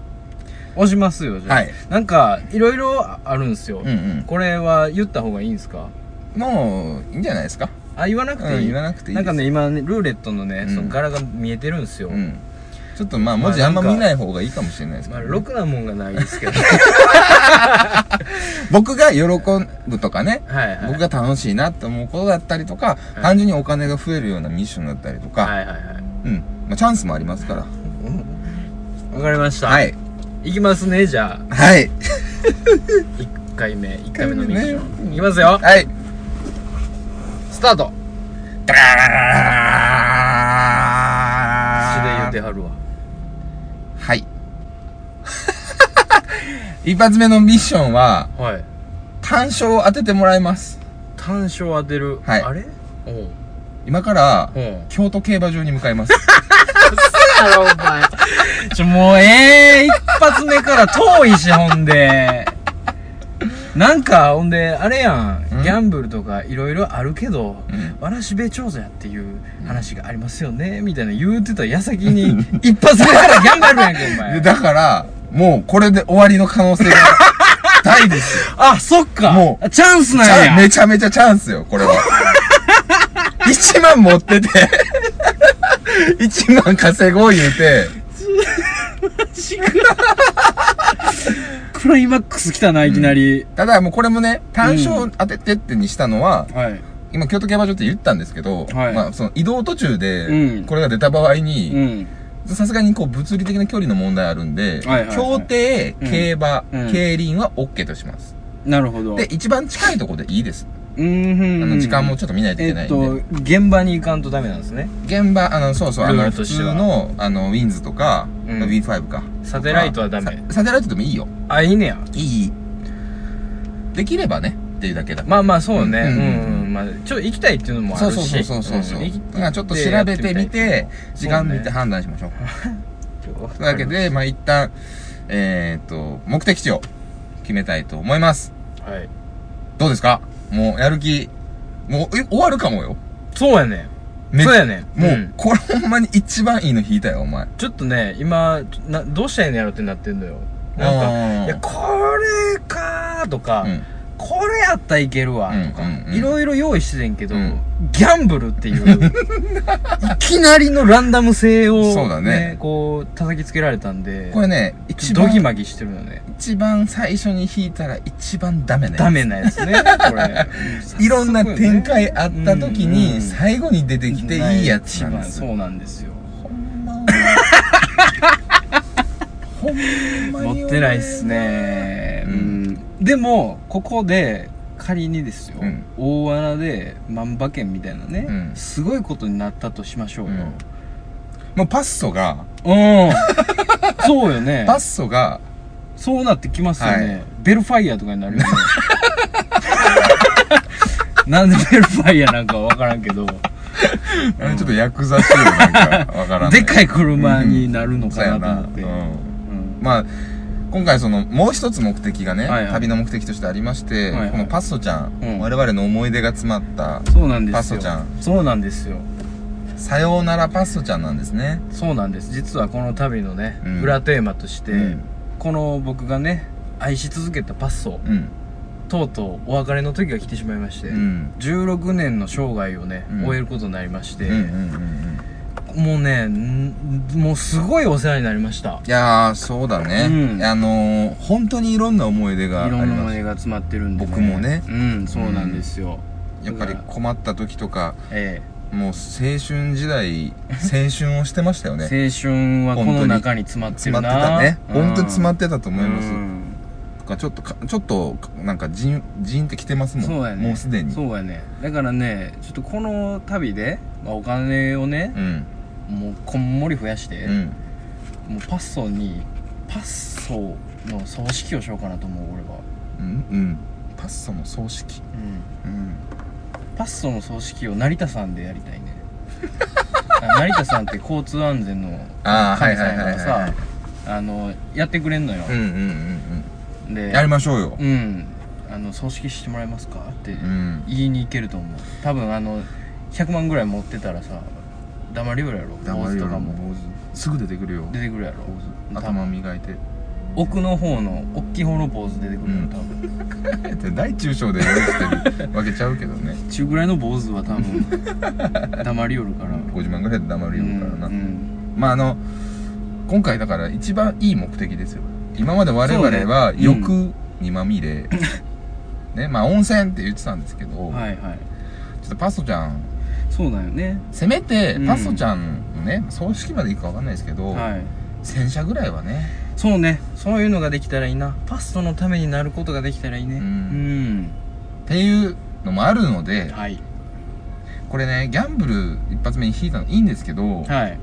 [SPEAKER 2] 押しますよ、じゃあ。
[SPEAKER 1] はい
[SPEAKER 2] なんか、いろいろあるんですよ。
[SPEAKER 1] うんうん
[SPEAKER 2] これは言った方がいいんですか
[SPEAKER 1] もういいんじゃないですか
[SPEAKER 2] あ、言わなくていい、
[SPEAKER 1] うん言わなくていい
[SPEAKER 2] な
[SPEAKER 1] で
[SPEAKER 2] ん
[SPEAKER 1] す
[SPEAKER 2] かね、今ね、ルーレットのね、
[SPEAKER 1] うん
[SPEAKER 2] その柄が見えてるんですよ。
[SPEAKER 1] うんちょっとまあ文字あんま見ない方がいいかもしれないですけ
[SPEAKER 2] まあ、
[SPEAKER 1] どね
[SPEAKER 2] ろくなもんがないですけど。
[SPEAKER 1] 僕が喜ぶとかね
[SPEAKER 2] はいはい。
[SPEAKER 1] 僕が楽しいなって思うことだったりとか
[SPEAKER 2] い
[SPEAKER 1] 単純にお金が増えるようなミッションだったりとか
[SPEAKER 2] はいはいはい。
[SPEAKER 1] うんまあチャンスもありますから
[SPEAKER 2] わかりました。
[SPEAKER 1] は。い
[SPEAKER 2] いきますね、じゃあ。
[SPEAKER 1] はい
[SPEAKER 2] 1回目1回目の
[SPEAKER 1] 一回目ね
[SPEAKER 2] ミッション、いきますよ
[SPEAKER 1] はい
[SPEAKER 2] スタート
[SPEAKER 1] ダ
[SPEAKER 2] 素で言
[SPEAKER 1] ラ
[SPEAKER 2] う
[SPEAKER 1] ー
[SPEAKER 2] てはるわ
[SPEAKER 1] はい一発目のミッションは
[SPEAKER 2] はい
[SPEAKER 1] 単勝を当ててもらいます
[SPEAKER 2] 単勝当てる、
[SPEAKER 1] はい
[SPEAKER 2] あれおう
[SPEAKER 1] 今から
[SPEAKER 2] おう
[SPEAKER 1] 京都競馬場に向かいます
[SPEAKER 2] やろお前ちょもうええ一発目から遠いしほんでなんかほんであれやん
[SPEAKER 1] うん
[SPEAKER 2] ギャンブルとかいろいろあるけど、
[SPEAKER 1] うん
[SPEAKER 2] わらしべ長者やっていう話がありますよね、みたいな言うてた矢先 に一発目からギャンブルやんけお
[SPEAKER 1] で
[SPEAKER 2] 前
[SPEAKER 1] だからもうこれで終わりの可能性が大ですよ
[SPEAKER 2] あそっか
[SPEAKER 1] もう
[SPEAKER 2] あチャンスなん
[SPEAKER 1] ちゃ
[SPEAKER 2] や
[SPEAKER 1] めちゃめちゃチャンスよ、これは。1万持って て、1万稼ごう言うて、
[SPEAKER 2] クライマックス来たな、いきなり。
[SPEAKER 1] ただもうこれもね、単勝当ててってにしたのは、
[SPEAKER 2] はい。
[SPEAKER 1] 今京都競馬場って言ったんですけど、
[SPEAKER 2] はい
[SPEAKER 1] まあその移動途中
[SPEAKER 2] う
[SPEAKER 1] で
[SPEAKER 2] ん、
[SPEAKER 1] これが出た場合
[SPEAKER 2] う
[SPEAKER 1] に、
[SPEAKER 2] ん。
[SPEAKER 1] さすがにこう物理的な距離の問題あるんで、
[SPEAKER 2] はいはいはい
[SPEAKER 1] 競艇、競馬、
[SPEAKER 2] うん
[SPEAKER 1] 競輪は OK とします。
[SPEAKER 2] なるほど。
[SPEAKER 1] で、一番近いところでいいです。
[SPEAKER 2] うんうんうん
[SPEAKER 1] あの時間もちょっと見ないとい
[SPEAKER 2] え
[SPEAKER 1] けな
[SPEAKER 2] っ
[SPEAKER 1] いんで、
[SPEAKER 2] と現場に行かんとダメなんですね
[SPEAKER 1] 現場あのそうそうあ
[SPEAKER 2] ルー
[SPEAKER 1] の
[SPEAKER 2] ル
[SPEAKER 1] 普
[SPEAKER 2] として
[SPEAKER 1] 通
[SPEAKER 2] は
[SPEAKER 1] のあのウィンズとか、
[SPEAKER 2] うん
[SPEAKER 1] W5 か
[SPEAKER 2] サテライトはダメ
[SPEAKER 1] さサテライトでもいいよ
[SPEAKER 2] あいいねや
[SPEAKER 1] いいいいできればねっていうだけだ
[SPEAKER 2] まあまあそうね
[SPEAKER 1] うう
[SPEAKER 2] うんん
[SPEAKER 1] んうん
[SPEAKER 2] うんまあちょっと行きたいっていうのもあ
[SPEAKER 1] そう
[SPEAKER 2] る
[SPEAKER 1] そうそ
[SPEAKER 2] し
[SPEAKER 1] うそうそうそう、
[SPEAKER 2] ん行っ
[SPEAKER 1] だからちょっと調べてみて時間見て判断しましょう
[SPEAKER 2] と
[SPEAKER 1] というわけでまあ一旦えー、っと目的地を決めたいと思います
[SPEAKER 2] はい
[SPEAKER 1] どうですかもうやる気もうえ終わるかもよ
[SPEAKER 2] そうやね
[SPEAKER 1] め
[SPEAKER 2] そうやね
[SPEAKER 1] もう、
[SPEAKER 2] ん
[SPEAKER 1] これほんまに一番いいの引いたよお前
[SPEAKER 2] ちょっとね今などうしたらいいのやろってなってんのよなん
[SPEAKER 1] あ
[SPEAKER 2] か
[SPEAKER 1] ー
[SPEAKER 2] いやこれかーとか、
[SPEAKER 1] うん
[SPEAKER 2] これやったらいけるわとか、
[SPEAKER 1] うんうんうん
[SPEAKER 2] いろいろ用意しててんけど、
[SPEAKER 1] うん
[SPEAKER 2] ギャンブルってい ういきなりのランダム性を、
[SPEAKER 1] そうだね
[SPEAKER 2] こう叩きつけられたんで
[SPEAKER 1] これね一
[SPEAKER 2] ちょっとドギ
[SPEAKER 1] 番
[SPEAKER 2] マギしてるのね
[SPEAKER 1] 一番最初に引いたら一番ダメね
[SPEAKER 2] ダメなやつねこれ
[SPEAKER 1] いろんな展開あった時
[SPEAKER 2] うんう
[SPEAKER 1] に
[SPEAKER 2] ん
[SPEAKER 1] 最後に出てきていいやつなんです
[SPEAKER 2] そ
[SPEAKER 1] よ
[SPEAKER 2] うなんですよ
[SPEAKER 1] ほんまほんまに
[SPEAKER 2] 持ってないっすね
[SPEAKER 1] う
[SPEAKER 2] うんんでもここで仮にですよ、
[SPEAKER 1] うん
[SPEAKER 2] 大穴で万馬券みたいなね、
[SPEAKER 1] うん
[SPEAKER 2] すごいことになったとしましょうよ、
[SPEAKER 1] うんもうパッソが
[SPEAKER 2] うん。そうよね
[SPEAKER 1] パ。ッソが
[SPEAKER 2] そうなってきますよね。
[SPEAKER 1] はい
[SPEAKER 2] ベルファイアとかになるよね。 なんでベルファイアなんかわからんけど、
[SPEAKER 1] あれちょっとヤクザ仕様なんかわからん
[SPEAKER 2] でか
[SPEAKER 1] い
[SPEAKER 2] い車になるのかなと思って。
[SPEAKER 1] そうやなうん
[SPEAKER 2] うん
[SPEAKER 1] まあ今回そのもう一つ目的がね、
[SPEAKER 2] はいはい
[SPEAKER 1] 旅の目的としてありまして、
[SPEAKER 2] はいはい
[SPEAKER 1] このパッソちゃん、
[SPEAKER 2] うん
[SPEAKER 1] 我々の思い出が詰まった
[SPEAKER 2] そうなんですよ。
[SPEAKER 1] パソちゃん
[SPEAKER 2] そうなんですよ。
[SPEAKER 1] さようならパッソちゃんなんですね
[SPEAKER 2] そうなんです。実はこの旅のね、
[SPEAKER 1] うん
[SPEAKER 2] 裏テーマとして、
[SPEAKER 1] うん
[SPEAKER 2] この僕がね、愛し続けたパッソ、
[SPEAKER 1] うん
[SPEAKER 2] とうとうお別れの時が来てしまいまして、
[SPEAKER 1] うん
[SPEAKER 2] 16年の生涯をね、
[SPEAKER 1] うん
[SPEAKER 2] 終えることになりまして、
[SPEAKER 1] うんうんうんうん
[SPEAKER 2] もうねんもうすごいお世話になりました
[SPEAKER 1] いやーそうだね、
[SPEAKER 2] うん
[SPEAKER 1] あのー、本当にいろんな思い出があ
[SPEAKER 2] い
[SPEAKER 1] り
[SPEAKER 2] ろんな
[SPEAKER 1] ま
[SPEAKER 2] 思い
[SPEAKER 1] す
[SPEAKER 2] 出が詰まってるんで、
[SPEAKER 1] 僕もね
[SPEAKER 2] うんそうなんですよ、
[SPEAKER 1] やっぱり
[SPEAKER 2] だから
[SPEAKER 1] 困った時とか
[SPEAKER 2] え
[SPEAKER 1] もう青春時代青春をしてましたよ
[SPEAKER 2] え
[SPEAKER 1] ね
[SPEAKER 2] 青春はこの中に詰まって
[SPEAKER 1] 詰
[SPEAKER 2] る
[SPEAKER 1] ま
[SPEAKER 2] な
[SPEAKER 1] ってたね本当に詰ま
[SPEAKER 2] っ
[SPEAKER 1] ってたと思います、
[SPEAKER 2] うん
[SPEAKER 1] とかちょっとかちょっとなんかジンジンってきてますもん
[SPEAKER 2] そうやね
[SPEAKER 1] もうすでに
[SPEAKER 2] そうやねだからねちょっとこの旅で、まあ、お金をね、
[SPEAKER 1] うん
[SPEAKER 2] もうこんもり増やして、
[SPEAKER 1] うん
[SPEAKER 2] もうパッソにパッソの葬式をしようかなと思う俺は、
[SPEAKER 1] うんうんパッソの葬式
[SPEAKER 2] うん、
[SPEAKER 1] うん
[SPEAKER 2] パッソの葬式を成田さんでやり たいねあ成田さんって交通安全の
[SPEAKER 1] あー
[SPEAKER 2] 神様やから
[SPEAKER 1] はいはいはいはい
[SPEAKER 2] さあのやってくれんのよ
[SPEAKER 1] うん、うんうんう
[SPEAKER 2] で
[SPEAKER 1] んやりましょうよ
[SPEAKER 2] うんあの葬式してもらえますかって
[SPEAKER 1] うん
[SPEAKER 2] 言いに行けると思う多分あの100万ぐらい持ってたらさ黙りよるやろ
[SPEAKER 1] 黙
[SPEAKER 2] 坊
[SPEAKER 1] りよ
[SPEAKER 2] 主と
[SPEAKER 1] り
[SPEAKER 2] か
[SPEAKER 1] も
[SPEAKER 2] も
[SPEAKER 1] 坊主すぐ出てくるよ
[SPEAKER 2] 出てくるやろ
[SPEAKER 1] 坊主
[SPEAKER 2] 多分
[SPEAKER 1] 頭磨いて
[SPEAKER 2] 奥の方の大きい方の坊主出てくるや
[SPEAKER 1] うん
[SPEAKER 2] ろ多分、
[SPEAKER 1] って大中小で用意してるわけちゃうけどね
[SPEAKER 2] 中ぐらいの坊主は多 分黙りよるから
[SPEAKER 1] 50万ぐらいで黙るようからな、
[SPEAKER 2] うんうん
[SPEAKER 1] まああの今回だから一番いい目的ですよ今まで我々は
[SPEAKER 2] そうねうん
[SPEAKER 1] 欲にまみ れ、ねまあ温泉って言ってたんですけど、
[SPEAKER 2] はいはい
[SPEAKER 1] ちょっとパソちゃん
[SPEAKER 2] そうだよね
[SPEAKER 1] せめて
[SPEAKER 2] うん
[SPEAKER 1] パソちゃんのね、葬式まで行くかわかんないですけど、
[SPEAKER 2] はい
[SPEAKER 1] 洗車ぐらいはね
[SPEAKER 2] そうねそういうのができたらいいなパストのためになることができたらいいね
[SPEAKER 1] う
[SPEAKER 2] うんん、
[SPEAKER 1] っていうのもあるので
[SPEAKER 2] はい
[SPEAKER 1] これねギャンブル一発目に引いたのいいんですけど、
[SPEAKER 2] はい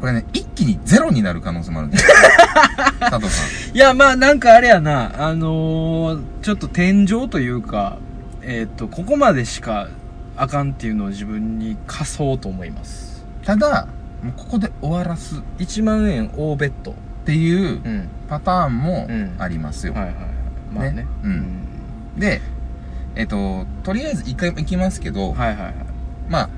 [SPEAKER 1] これね一気にゼロになる可能性もあるん ですよ佐藤さん
[SPEAKER 2] いやまあなんかあれやなあのー、ちょっと天井というかえーっ、とここまでしかあかんっていうのを自分に貸そうと思います
[SPEAKER 1] ただもうここで終わらすっ
[SPEAKER 2] 1万円大ベッド
[SPEAKER 1] ていう
[SPEAKER 2] うん
[SPEAKER 1] パターンも
[SPEAKER 2] うん
[SPEAKER 1] ありますよ、
[SPEAKER 2] はいはいはいまあね
[SPEAKER 1] ねうんでえっ、ととりあえず一回行きますけど、
[SPEAKER 2] うんはいはいはい
[SPEAKER 1] まあ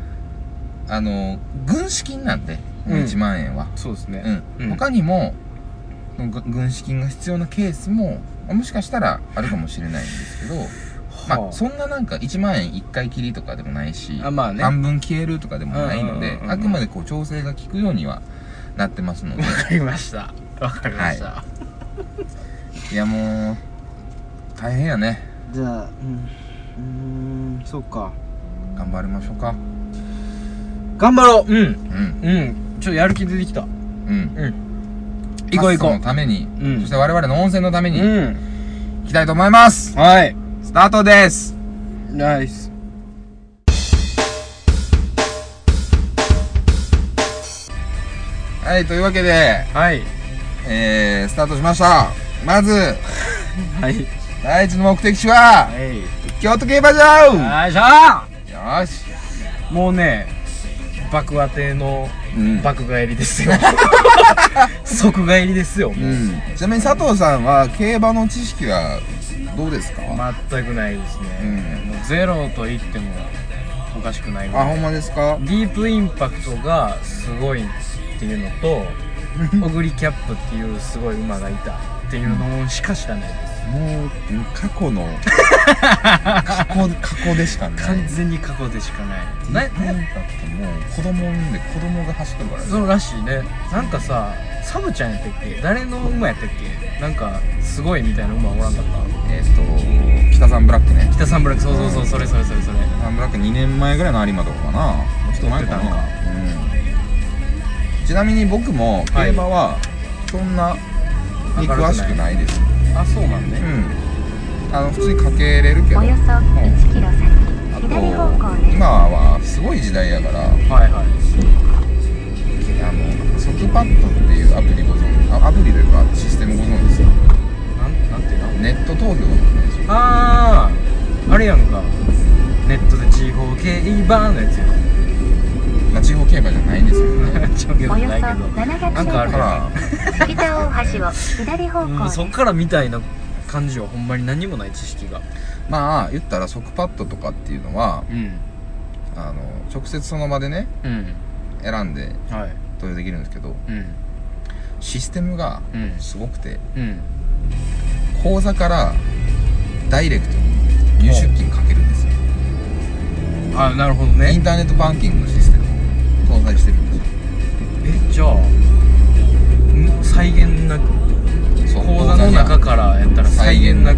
[SPEAKER 1] あの軍資金なんで
[SPEAKER 2] うん
[SPEAKER 1] 1万円は、
[SPEAKER 2] そうですね
[SPEAKER 1] うん
[SPEAKER 2] うん
[SPEAKER 1] 他にもぐ軍資金が必要なケースももしかしたらあるかもしれないんですけど、ま
[SPEAKER 2] は
[SPEAKER 1] あ、そんななんか1万円1回きりとかでもないし、
[SPEAKER 2] あまあね
[SPEAKER 1] 半分消えるとかでもないの
[SPEAKER 2] うん
[SPEAKER 1] で
[SPEAKER 2] うんうんうん
[SPEAKER 1] あくまでこう調整が効くようにはなってますので
[SPEAKER 2] わかりましたわかりました、
[SPEAKER 1] いやもう大変やね
[SPEAKER 2] じゃあうんうーんそうか
[SPEAKER 1] 頑張りましょうか
[SPEAKER 2] 頑張ろううん
[SPEAKER 1] うん
[SPEAKER 2] うんちょっとやる気出てきた
[SPEAKER 1] うん
[SPEAKER 2] うん行こう行こ
[SPEAKER 1] パスタのために、
[SPEAKER 2] うん
[SPEAKER 1] そして我々の温泉のため
[SPEAKER 2] う
[SPEAKER 1] に
[SPEAKER 2] うん
[SPEAKER 1] 行きたいと思います、
[SPEAKER 2] はい
[SPEAKER 1] スタートです
[SPEAKER 2] ナイス
[SPEAKER 1] はい、というわけで、
[SPEAKER 2] はい
[SPEAKER 1] えー、スタートしました。まず、
[SPEAKER 2] はい
[SPEAKER 1] 第一の目的地は、
[SPEAKER 2] はい
[SPEAKER 1] 京都競馬場
[SPEAKER 2] よいしょ
[SPEAKER 1] よし。
[SPEAKER 2] もうね爆当ての
[SPEAKER 1] うん。
[SPEAKER 2] 爆買 りですよ即買りですよ
[SPEAKER 1] う。
[SPEAKER 2] もうん
[SPEAKER 1] ちなみに佐藤さんは、競馬の知識は、どうですか、
[SPEAKER 2] 全くないですね、もうゼロと言ってもおかしくないぐ
[SPEAKER 1] あ、
[SPEAKER 2] ら
[SPEAKER 1] ほ
[SPEAKER 2] い
[SPEAKER 1] んまです か
[SPEAKER 2] ディープインパクトがすごいっていうのとオグリキャップっていうすごい馬がいたっていうのしか知らないです
[SPEAKER 1] もう、過去の、過去、過去でしかない。
[SPEAKER 2] 完全に過去でしか
[SPEAKER 1] な
[SPEAKER 2] ない
[SPEAKER 1] なんだってもう子供産んで子供が走ってるからね
[SPEAKER 2] そうらしいねなんかさサブちゃんやったっけ誰の馬やったっけなんかすごいみたいな馬おらんかっ
[SPEAKER 1] えっと北山ブラックね
[SPEAKER 2] た北サンブラックそうそうそうそれそれそれそれ
[SPEAKER 1] 北山ブラック2年前ぐらいの有馬とかかなもうちょっと前かな
[SPEAKER 2] 撮って
[SPEAKER 1] うん、ちなみに僕も競馬はそんなに詳しくないです、
[SPEAKER 2] あそうなんね
[SPEAKER 1] うんあの普通にかけれるけど
[SPEAKER 4] およそ1キロ先、
[SPEAKER 1] あと
[SPEAKER 4] 左方向です。
[SPEAKER 1] 今はすごい時代やからあ
[SPEAKER 2] はいはい
[SPEAKER 1] のソキパッドっていうアプリご存知あアプリというかシステムご存知ですか
[SPEAKER 2] なんなんていうの
[SPEAKER 1] ネット投票なんですよ
[SPEAKER 2] あああれやんかネットで地方系バーのやつやん
[SPEAKER 1] まあ地方競馬じゃないんですけどね
[SPEAKER 2] ちゃうけど
[SPEAKER 4] およそ
[SPEAKER 2] ないけどなんかあ
[SPEAKER 4] 700
[SPEAKER 2] る
[SPEAKER 4] メ
[SPEAKER 1] か
[SPEAKER 4] ー
[SPEAKER 1] ら
[SPEAKER 4] トル、ギタ大橋を左方
[SPEAKER 2] うん、
[SPEAKER 4] 向
[SPEAKER 2] そっからみたいな感じはほんまに何もない知識が
[SPEAKER 1] まあ言ったら即パッドとかっていうのは
[SPEAKER 2] うん
[SPEAKER 1] あの直接その場でね
[SPEAKER 2] うん
[SPEAKER 1] 選んで
[SPEAKER 2] はい
[SPEAKER 1] 投票できるんですけど
[SPEAKER 2] うん
[SPEAKER 1] システムが
[SPEAKER 2] うん
[SPEAKER 1] すごくて
[SPEAKER 2] うん
[SPEAKER 1] 口座からダイレクトに入出金かけるんですよ
[SPEAKER 2] あなるほど
[SPEAKER 1] イ
[SPEAKER 2] ね
[SPEAKER 1] ンターネットバンキングのシステム搭載してるんです
[SPEAKER 2] えじゃあん再現なく
[SPEAKER 1] よそう
[SPEAKER 2] 口座の中
[SPEAKER 1] 口
[SPEAKER 2] からやったら再
[SPEAKER 1] 再現
[SPEAKER 2] 現なく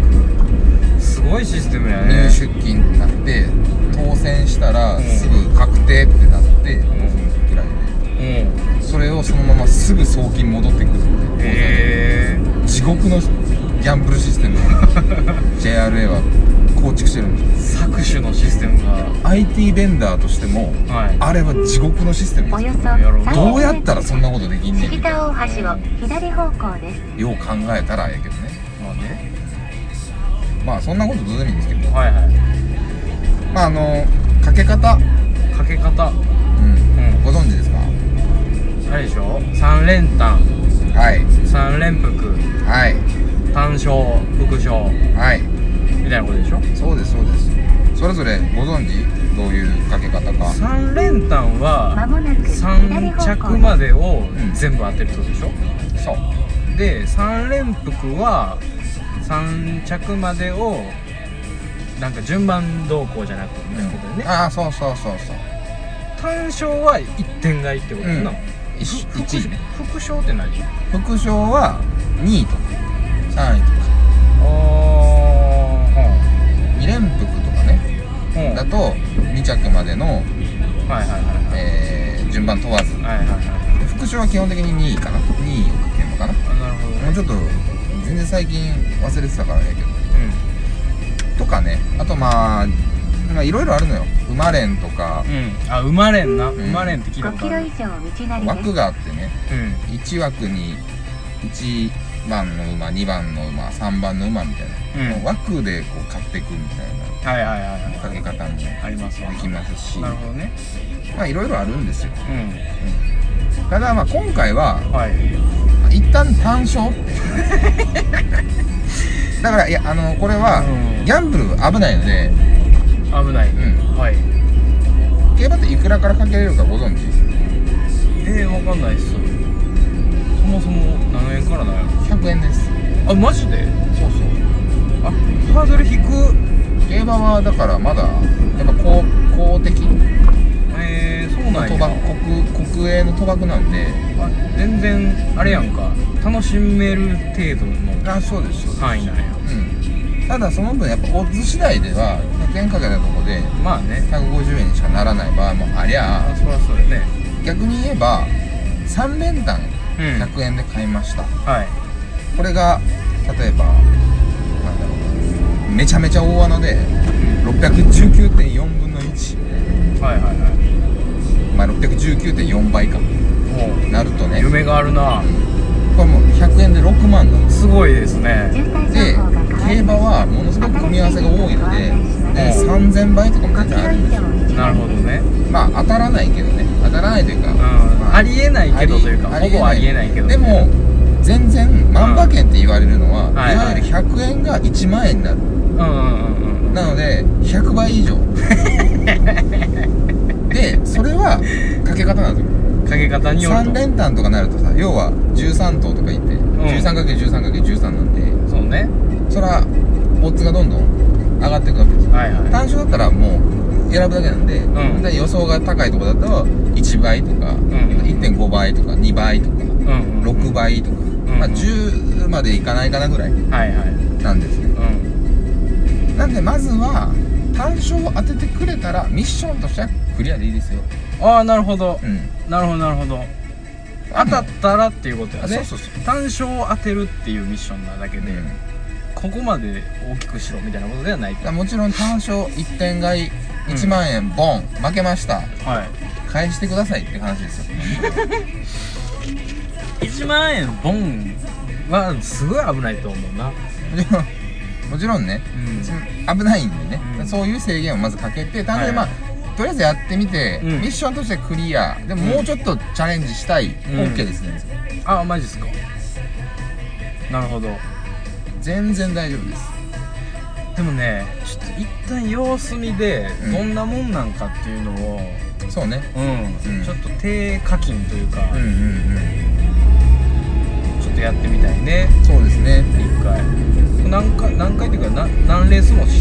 [SPEAKER 2] すごいシステムや
[SPEAKER 1] 座に
[SPEAKER 2] ね
[SPEAKER 1] 入出金ってなって当選したら
[SPEAKER 2] うん
[SPEAKER 1] すぐ確定ってなって、
[SPEAKER 2] ん
[SPEAKER 1] もうその時くらい
[SPEAKER 2] うん
[SPEAKER 1] でそれをそのまますぐ送金戻ってくるんで口座に
[SPEAKER 2] へえ
[SPEAKER 1] 地獄のギャンブルシステムを JRA は構築してるんですよ
[SPEAKER 2] 搾取のシステムが
[SPEAKER 1] IT ベンダーとしても
[SPEAKER 2] はい
[SPEAKER 1] あれは地獄のシステム
[SPEAKER 4] お
[SPEAKER 1] で
[SPEAKER 4] よそ
[SPEAKER 2] やろう
[SPEAKER 1] すどうやったらそんな
[SPEAKER 4] こ
[SPEAKER 1] ことできん
[SPEAKER 4] と
[SPEAKER 1] ねん
[SPEAKER 4] 杉
[SPEAKER 1] みたいな
[SPEAKER 4] 田大橋を左方向です。
[SPEAKER 1] よう考えたらええけどね
[SPEAKER 2] まあね
[SPEAKER 1] まあそんなことどうでもいいんですけど
[SPEAKER 2] はいは
[SPEAKER 1] まああのかけ方、
[SPEAKER 2] いかけ方
[SPEAKER 1] うん、
[SPEAKER 2] うん
[SPEAKER 1] ご存知ですか
[SPEAKER 2] あれでしょ三連単
[SPEAKER 1] はい
[SPEAKER 2] 三連服
[SPEAKER 1] はい
[SPEAKER 2] 単勝副賞
[SPEAKER 1] はい
[SPEAKER 2] みたいなことでしょ
[SPEAKER 1] そうですそうですそれぞれご存知どういうかけ方か
[SPEAKER 2] 三連単
[SPEAKER 4] ま
[SPEAKER 2] は
[SPEAKER 4] もなく左
[SPEAKER 2] 三
[SPEAKER 4] 方
[SPEAKER 2] 着
[SPEAKER 4] 向
[SPEAKER 2] までを
[SPEAKER 1] ん
[SPEAKER 2] 全部当てるってことでしょ
[SPEAKER 1] そう
[SPEAKER 2] で三連服は三着までをなんか順番動向じゃなくみたいなことでね
[SPEAKER 1] ああそうそうそうそう
[SPEAKER 2] 単勝は一点買いってことなの
[SPEAKER 1] うん一
[SPEAKER 2] 副
[SPEAKER 1] 一位ね
[SPEAKER 2] 副賞って何
[SPEAKER 1] 副賞は2位とか3位とか
[SPEAKER 2] あ
[SPEAKER 1] 2連服とかね
[SPEAKER 2] あうん
[SPEAKER 1] だと2着までの、
[SPEAKER 2] はいはいはいはい
[SPEAKER 1] えー順番問わず
[SPEAKER 2] はいはいはい
[SPEAKER 1] 副賞は基本的に2位かな2位をかけるのかな
[SPEAKER 2] あなるほど
[SPEAKER 1] もう
[SPEAKER 2] ね
[SPEAKER 1] ちょっと全然最近忘れてたからやけどとかねあとまあまあいろいろあるのよ馬連とか
[SPEAKER 2] うん、うん、あ生まれんな、
[SPEAKER 1] ん
[SPEAKER 2] 生まれんって聞いた
[SPEAKER 4] 5
[SPEAKER 2] こと
[SPEAKER 4] キ
[SPEAKER 2] あ
[SPEAKER 4] ロ
[SPEAKER 2] る
[SPEAKER 4] 以上道なりです。
[SPEAKER 1] 枠があってね
[SPEAKER 2] うん
[SPEAKER 1] 1枠に1番の馬2番の馬3番の馬みたいな、
[SPEAKER 2] うん
[SPEAKER 1] 枠でこう買っていくみたい
[SPEAKER 2] はいはいはい
[SPEAKER 1] な
[SPEAKER 2] は
[SPEAKER 1] かけ方も
[SPEAKER 2] いありますわ
[SPEAKER 1] できますし
[SPEAKER 2] なるほどね
[SPEAKER 1] まあいろいろあるんですよ
[SPEAKER 2] う
[SPEAKER 1] ただまあ今回は
[SPEAKER 2] んはい
[SPEAKER 1] 一旦単勝 っていうだからいやあのこれは
[SPEAKER 2] うん
[SPEAKER 1] ギャンブル危ないので、
[SPEAKER 2] 危ない、
[SPEAKER 1] う
[SPEAKER 2] はい
[SPEAKER 1] ん、競馬っていくらからかけれるかご存知
[SPEAKER 2] えー、わかんないっすそもそも何円からなんや
[SPEAKER 1] 100円です
[SPEAKER 2] ろあマジで
[SPEAKER 1] そうそう
[SPEAKER 2] あハードル低く
[SPEAKER 1] 競馬はだからまだやっぱ公公的
[SPEAKER 2] えー、そうなん
[SPEAKER 1] 賭
[SPEAKER 2] や
[SPEAKER 1] 博国国営の賭博なんで
[SPEAKER 2] あ全然あれやんか楽しめる程度の
[SPEAKER 1] あそうですそうです、
[SPEAKER 2] 範囲なんや
[SPEAKER 1] うん、ただその分やっぱオッズ次第では100円かけたとこで
[SPEAKER 2] まあね
[SPEAKER 1] 150円にしかならない場合もあり
[SPEAKER 2] あ
[SPEAKER 1] ゃ
[SPEAKER 2] そらそれね
[SPEAKER 1] 逆に言えば3連単
[SPEAKER 2] うん
[SPEAKER 1] 100円で買いました、
[SPEAKER 2] はい
[SPEAKER 1] これが例えばなんだろうめちゃめちゃ大穴で619.4分の1
[SPEAKER 2] はいはいはい
[SPEAKER 1] まあ619.4倍か
[SPEAKER 2] も
[SPEAKER 1] なると
[SPEAKER 2] う
[SPEAKER 1] ね
[SPEAKER 2] 夢があるな
[SPEAKER 1] これもう100円で6万なんです
[SPEAKER 2] すごいですね
[SPEAKER 4] 渋滞
[SPEAKER 1] で
[SPEAKER 4] 情報が変わります
[SPEAKER 1] 競馬はものすごく組み合わせが多いのでで
[SPEAKER 2] うん
[SPEAKER 1] 3000倍とかも全
[SPEAKER 4] 5キ
[SPEAKER 1] 然ある
[SPEAKER 4] ロ
[SPEAKER 1] ん
[SPEAKER 4] 以
[SPEAKER 1] ですよ
[SPEAKER 4] 上1台です
[SPEAKER 2] なるほどね
[SPEAKER 1] まあ当たらないけどね当たらないというか、
[SPEAKER 2] うん
[SPEAKER 1] ま
[SPEAKER 2] ありえないけどというか
[SPEAKER 1] あり
[SPEAKER 2] ほぼありえないけど
[SPEAKER 1] でも全然万馬券って言われるのは、
[SPEAKER 2] んはい
[SPEAKER 1] い
[SPEAKER 2] はい
[SPEAKER 1] わゆる100円が1万円になる
[SPEAKER 2] うんうんうんうん
[SPEAKER 1] なので100倍以 上でそれはかけ方なんですよ
[SPEAKER 2] かけ方による
[SPEAKER 1] 3連単とかなるとさ要は13頭とかいて、13×13×13 なんで
[SPEAKER 2] とそうね
[SPEAKER 1] そらオッズがどんどん上がっていくわけですよ
[SPEAKER 2] はいは
[SPEAKER 1] 単
[SPEAKER 2] い
[SPEAKER 1] 勝だったらもう選ぶだけなんで、
[SPEAKER 2] ん
[SPEAKER 1] で予想が高いとこだと1倍とか、1.5倍とか2倍とか
[SPEAKER 2] うんうん
[SPEAKER 1] 6倍とか、
[SPEAKER 2] ん
[SPEAKER 1] まあ、10までいかないかなぐらい
[SPEAKER 2] はいはい
[SPEAKER 1] なんですね
[SPEAKER 2] うん
[SPEAKER 1] なんでまずは単勝を当ててくれたらミッションとしてはクリアでいいですよ
[SPEAKER 2] ああなるほど
[SPEAKER 1] うん
[SPEAKER 2] なるほどなるほど当たったらっていうことや
[SPEAKER 1] あ
[SPEAKER 2] ね
[SPEAKER 1] そうそうそう
[SPEAKER 2] 単勝を当てるっていうミッションなだけで、
[SPEAKER 1] うん
[SPEAKER 2] ここまで大きくしろみたいなことではない
[SPEAKER 1] だ
[SPEAKER 2] と
[SPEAKER 1] からもちろん単勝1点買い
[SPEAKER 2] うん
[SPEAKER 1] 1万円ボン負けました
[SPEAKER 2] はい
[SPEAKER 1] 返してくださいって話ですよ
[SPEAKER 2] 1万円ボンはすごい危ないと思うな
[SPEAKER 1] もちろんもちろんね
[SPEAKER 2] う
[SPEAKER 1] 危ないんでね、
[SPEAKER 2] うん
[SPEAKER 1] そういう制限をまずかけて単純にまあ、
[SPEAKER 2] は
[SPEAKER 1] とりあえずやってみて、
[SPEAKER 2] うん
[SPEAKER 1] ミッションとしてクリアでももうちょっとチャレンジしたい、OK ですね
[SPEAKER 2] んあマジっすかなるほど
[SPEAKER 1] 全然大丈夫です
[SPEAKER 2] でもねちょっと一旦様子見で
[SPEAKER 1] うん
[SPEAKER 2] どんなもんなんかっていうのを、
[SPEAKER 1] そうね
[SPEAKER 2] うん
[SPEAKER 1] うん
[SPEAKER 2] ちょっと低課金というか、
[SPEAKER 1] うんうんう
[SPEAKER 2] ちょっとやってみたいね
[SPEAKER 1] んそうですね
[SPEAKER 2] 一回何回何回っていうかな何レースもし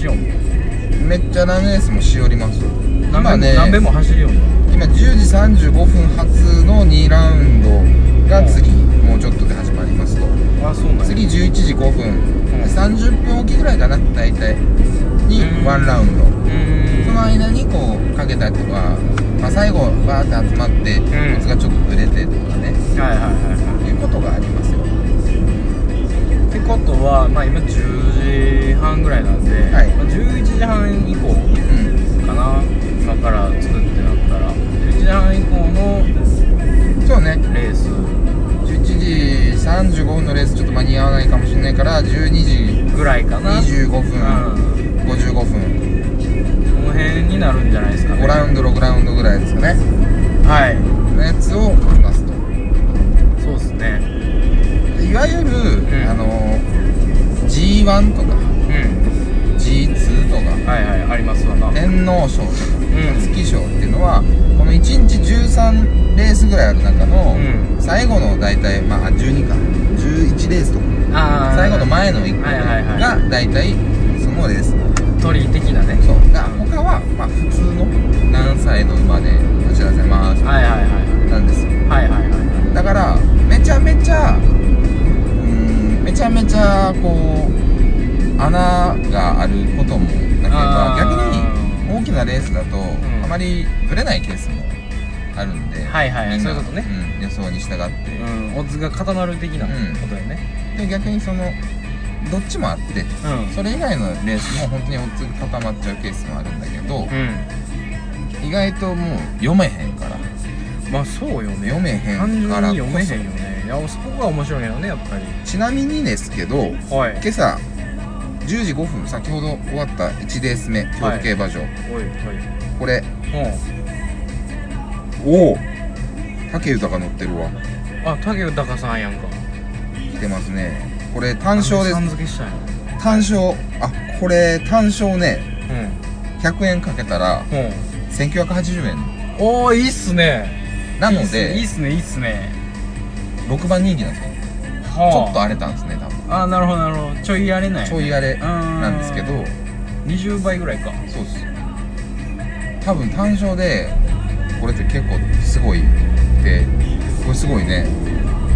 [SPEAKER 2] しようもん
[SPEAKER 1] めっちゃランレースもしおります
[SPEAKER 2] 何
[SPEAKER 1] 今
[SPEAKER 2] 遍も
[SPEAKER 1] ね
[SPEAKER 2] 何遍も走るような
[SPEAKER 1] 今10時35分発の2ラウンドが次もうちょっとで始まりますと
[SPEAKER 2] あそうなんや
[SPEAKER 1] 次11時5分、
[SPEAKER 2] ん
[SPEAKER 1] 30分おきぐらいかな大体に
[SPEAKER 2] うん
[SPEAKER 1] 1ラウンド
[SPEAKER 2] うーん
[SPEAKER 1] その間にこうかけたりとか、まあ、最後バーって集まって
[SPEAKER 2] ん
[SPEAKER 1] コツがちょっとぶれてとかね
[SPEAKER 2] はいはいはいはい
[SPEAKER 1] いうことがありますよ
[SPEAKER 2] ってことは、まあ、今10時半ぐらいなんで、
[SPEAKER 1] はい
[SPEAKER 2] まあ、11時半以降
[SPEAKER 1] う
[SPEAKER 2] かな今から作ってなったら11時半以降の
[SPEAKER 1] んそうね
[SPEAKER 2] レース
[SPEAKER 1] 11時35分のレースちょっと間に合わないかもしれないから12時
[SPEAKER 2] ぐらいかな
[SPEAKER 1] 25分
[SPEAKER 2] うん
[SPEAKER 1] 55分
[SPEAKER 2] この辺になるんじゃないですかね
[SPEAKER 1] 5ラウンド6ラウンドぐらいですかね
[SPEAKER 2] はい
[SPEAKER 1] のやつを書きますと
[SPEAKER 2] そうですね
[SPEAKER 1] でいわゆる、
[SPEAKER 2] ん
[SPEAKER 1] あの G1 とか
[SPEAKER 2] う
[SPEAKER 1] G2 とか
[SPEAKER 2] んはいはいありますわなうん
[SPEAKER 1] 天皇賞とか月賞っていうのはこの1日13レースぐらいある中の
[SPEAKER 2] うん
[SPEAKER 1] 最後の大体まあ12か11レースとか
[SPEAKER 2] あー
[SPEAKER 1] 最後の前の1個
[SPEAKER 2] はいはいはい
[SPEAKER 1] が大体そのレース
[SPEAKER 2] 鳥的なね
[SPEAKER 1] そうが他はまあ普通の何歳の馬で走らせます
[SPEAKER 2] はいはいはい
[SPEAKER 1] なんですよ
[SPEAKER 2] はいはいはいはい
[SPEAKER 1] だからめちゃめちゃうーんめちゃめちゃこう穴があることもなければ
[SPEAKER 2] あー
[SPEAKER 1] 逆に大きなレースだと、
[SPEAKER 2] ん
[SPEAKER 1] あまりぶれないケースもあるんで
[SPEAKER 2] はいはいはい
[SPEAKER 1] みんな
[SPEAKER 2] そういうことね、
[SPEAKER 1] うん予想に従って、
[SPEAKER 2] うんオッズが固まる的な
[SPEAKER 1] うん
[SPEAKER 2] ことよね
[SPEAKER 1] で逆にそのどっちもあって
[SPEAKER 2] うん
[SPEAKER 1] それ以外のレースも本当にオッズが固まっちゃうケースもあるんだけど
[SPEAKER 2] う
[SPEAKER 1] 意外ともう読めへんから
[SPEAKER 2] んまあそうよね
[SPEAKER 1] 読めへ
[SPEAKER 2] 単純
[SPEAKER 1] ん
[SPEAKER 2] に
[SPEAKER 1] からこ
[SPEAKER 2] 読めへ
[SPEAKER 1] そ
[SPEAKER 2] んよねいやそこが面白いよねやっぱり
[SPEAKER 1] ちなみにですけど、
[SPEAKER 2] はい
[SPEAKER 1] 今朝10時5分先ほど終わった1レース目京都競馬場、
[SPEAKER 2] おい
[SPEAKER 1] これ
[SPEAKER 2] おい
[SPEAKER 1] おお武豊が乗ってるわ
[SPEAKER 2] うんあ武豊さんやんか
[SPEAKER 1] 来てますねこれ単勝で
[SPEAKER 2] さん
[SPEAKER 1] す
[SPEAKER 2] 付けしたんや
[SPEAKER 1] 単勝あこれ単勝ね
[SPEAKER 2] う
[SPEAKER 1] 100円かけたら
[SPEAKER 2] ん
[SPEAKER 1] 1980円
[SPEAKER 2] うんおーいいっすね
[SPEAKER 1] なの
[SPEAKER 2] いい
[SPEAKER 1] で
[SPEAKER 2] っすねいいっすね
[SPEAKER 1] 6番人気なんですよねちょ
[SPEAKER 2] は
[SPEAKER 1] っと荒れたんですね多分
[SPEAKER 2] ああなるほどなるほどちょいやれない
[SPEAKER 1] ちょい荒れ
[SPEAKER 2] ん
[SPEAKER 1] なんですけど
[SPEAKER 2] 20倍ぐらいか
[SPEAKER 1] そうっす多分単勝でこれって結構すごいってこれすごいね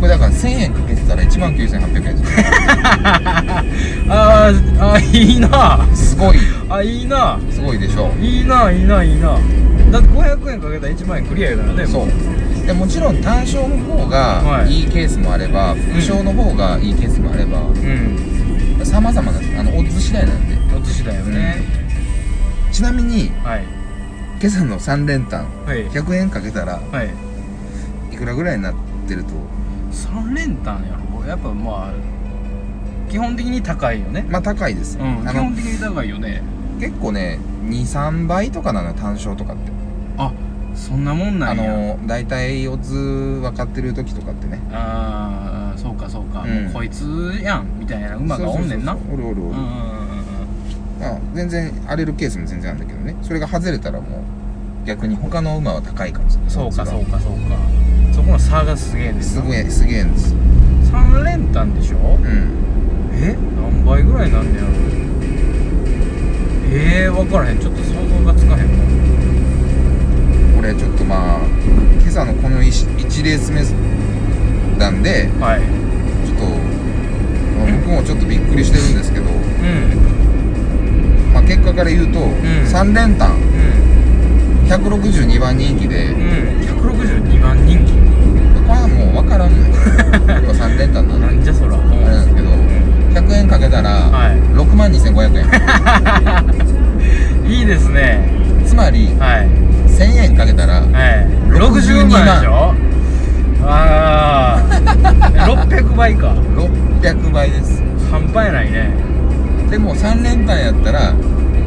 [SPEAKER 1] これだから1000円かけてたら1万9800円ですよ
[SPEAKER 2] あーあーいいな
[SPEAKER 1] すごい
[SPEAKER 2] あいいな
[SPEAKER 1] すごいでしょ
[SPEAKER 2] いいないいないいなだって500円かけたら1万円クリアやからね
[SPEAKER 1] う
[SPEAKER 2] も
[SPEAKER 1] そうでもちろん単勝の方が
[SPEAKER 2] はい
[SPEAKER 1] いいケースもあれば副勝の方がいいケースもあれば
[SPEAKER 2] ううん
[SPEAKER 1] 様々なんですあのオッズ次第なんで
[SPEAKER 2] お年だよね、
[SPEAKER 1] ちなみに
[SPEAKER 2] はい
[SPEAKER 1] 今朝の3連単
[SPEAKER 2] はい
[SPEAKER 1] 100円かけたら
[SPEAKER 2] はい
[SPEAKER 1] いくらぐらいになってると
[SPEAKER 2] 3連単やろやっぱまあ基本的に高いよね
[SPEAKER 1] まあ高いです、
[SPEAKER 2] うん
[SPEAKER 1] あ
[SPEAKER 2] 基
[SPEAKER 1] の
[SPEAKER 2] 本的に高いよね
[SPEAKER 1] 結構ね23倍とかなのよ単勝とかって
[SPEAKER 2] あそんなもんな
[SPEAKER 1] あ
[SPEAKER 2] んや
[SPEAKER 1] の大体オッズ分かってる時とかってね
[SPEAKER 2] あーそうかそうか、
[SPEAKER 1] うん
[SPEAKER 2] もうこいつやんみたいな馬がおんねんなう
[SPEAKER 1] そ
[SPEAKER 2] ん
[SPEAKER 1] うそうそうおるおるお
[SPEAKER 2] う
[SPEAKER 1] る、
[SPEAKER 2] んうん
[SPEAKER 1] あ全然荒れるケースも全然あるんだけどねそれが外れたらもう逆に他の馬は高いかもしれ
[SPEAKER 2] う
[SPEAKER 1] なんい
[SPEAKER 2] そうか
[SPEAKER 1] オッズが
[SPEAKER 2] そうかそうかそこの差がすげえです
[SPEAKER 1] すごいすげえんです
[SPEAKER 2] 3連単でしょ
[SPEAKER 1] うん
[SPEAKER 2] え何倍ぐらいなんねやろえー、分からへんちょっと想像がつかへんわ
[SPEAKER 1] これちょっとまあ今朝のこの 1, レース目なんで
[SPEAKER 2] はい
[SPEAKER 1] ちょっと、まあ僕もちょっとびっくりしてるんですけど、
[SPEAKER 2] うん
[SPEAKER 1] まあ、結果から言うと、3連単162番人気で
[SPEAKER 2] うんうん162万人気
[SPEAKER 1] これはもう分からんのよ要は3連単なの
[SPEAKER 2] な
[SPEAKER 1] あれ
[SPEAKER 2] んじゃそらうん
[SPEAKER 1] なんですけど100円かけたら
[SPEAKER 2] はい
[SPEAKER 1] 6万2500円
[SPEAKER 2] いいですね
[SPEAKER 1] つまり
[SPEAKER 2] はい
[SPEAKER 1] 1000円かけたら
[SPEAKER 2] はい
[SPEAKER 1] 62
[SPEAKER 2] 60万でしょあ あ600倍か
[SPEAKER 1] 600倍です
[SPEAKER 2] 半端やないね
[SPEAKER 1] でも3連単やったら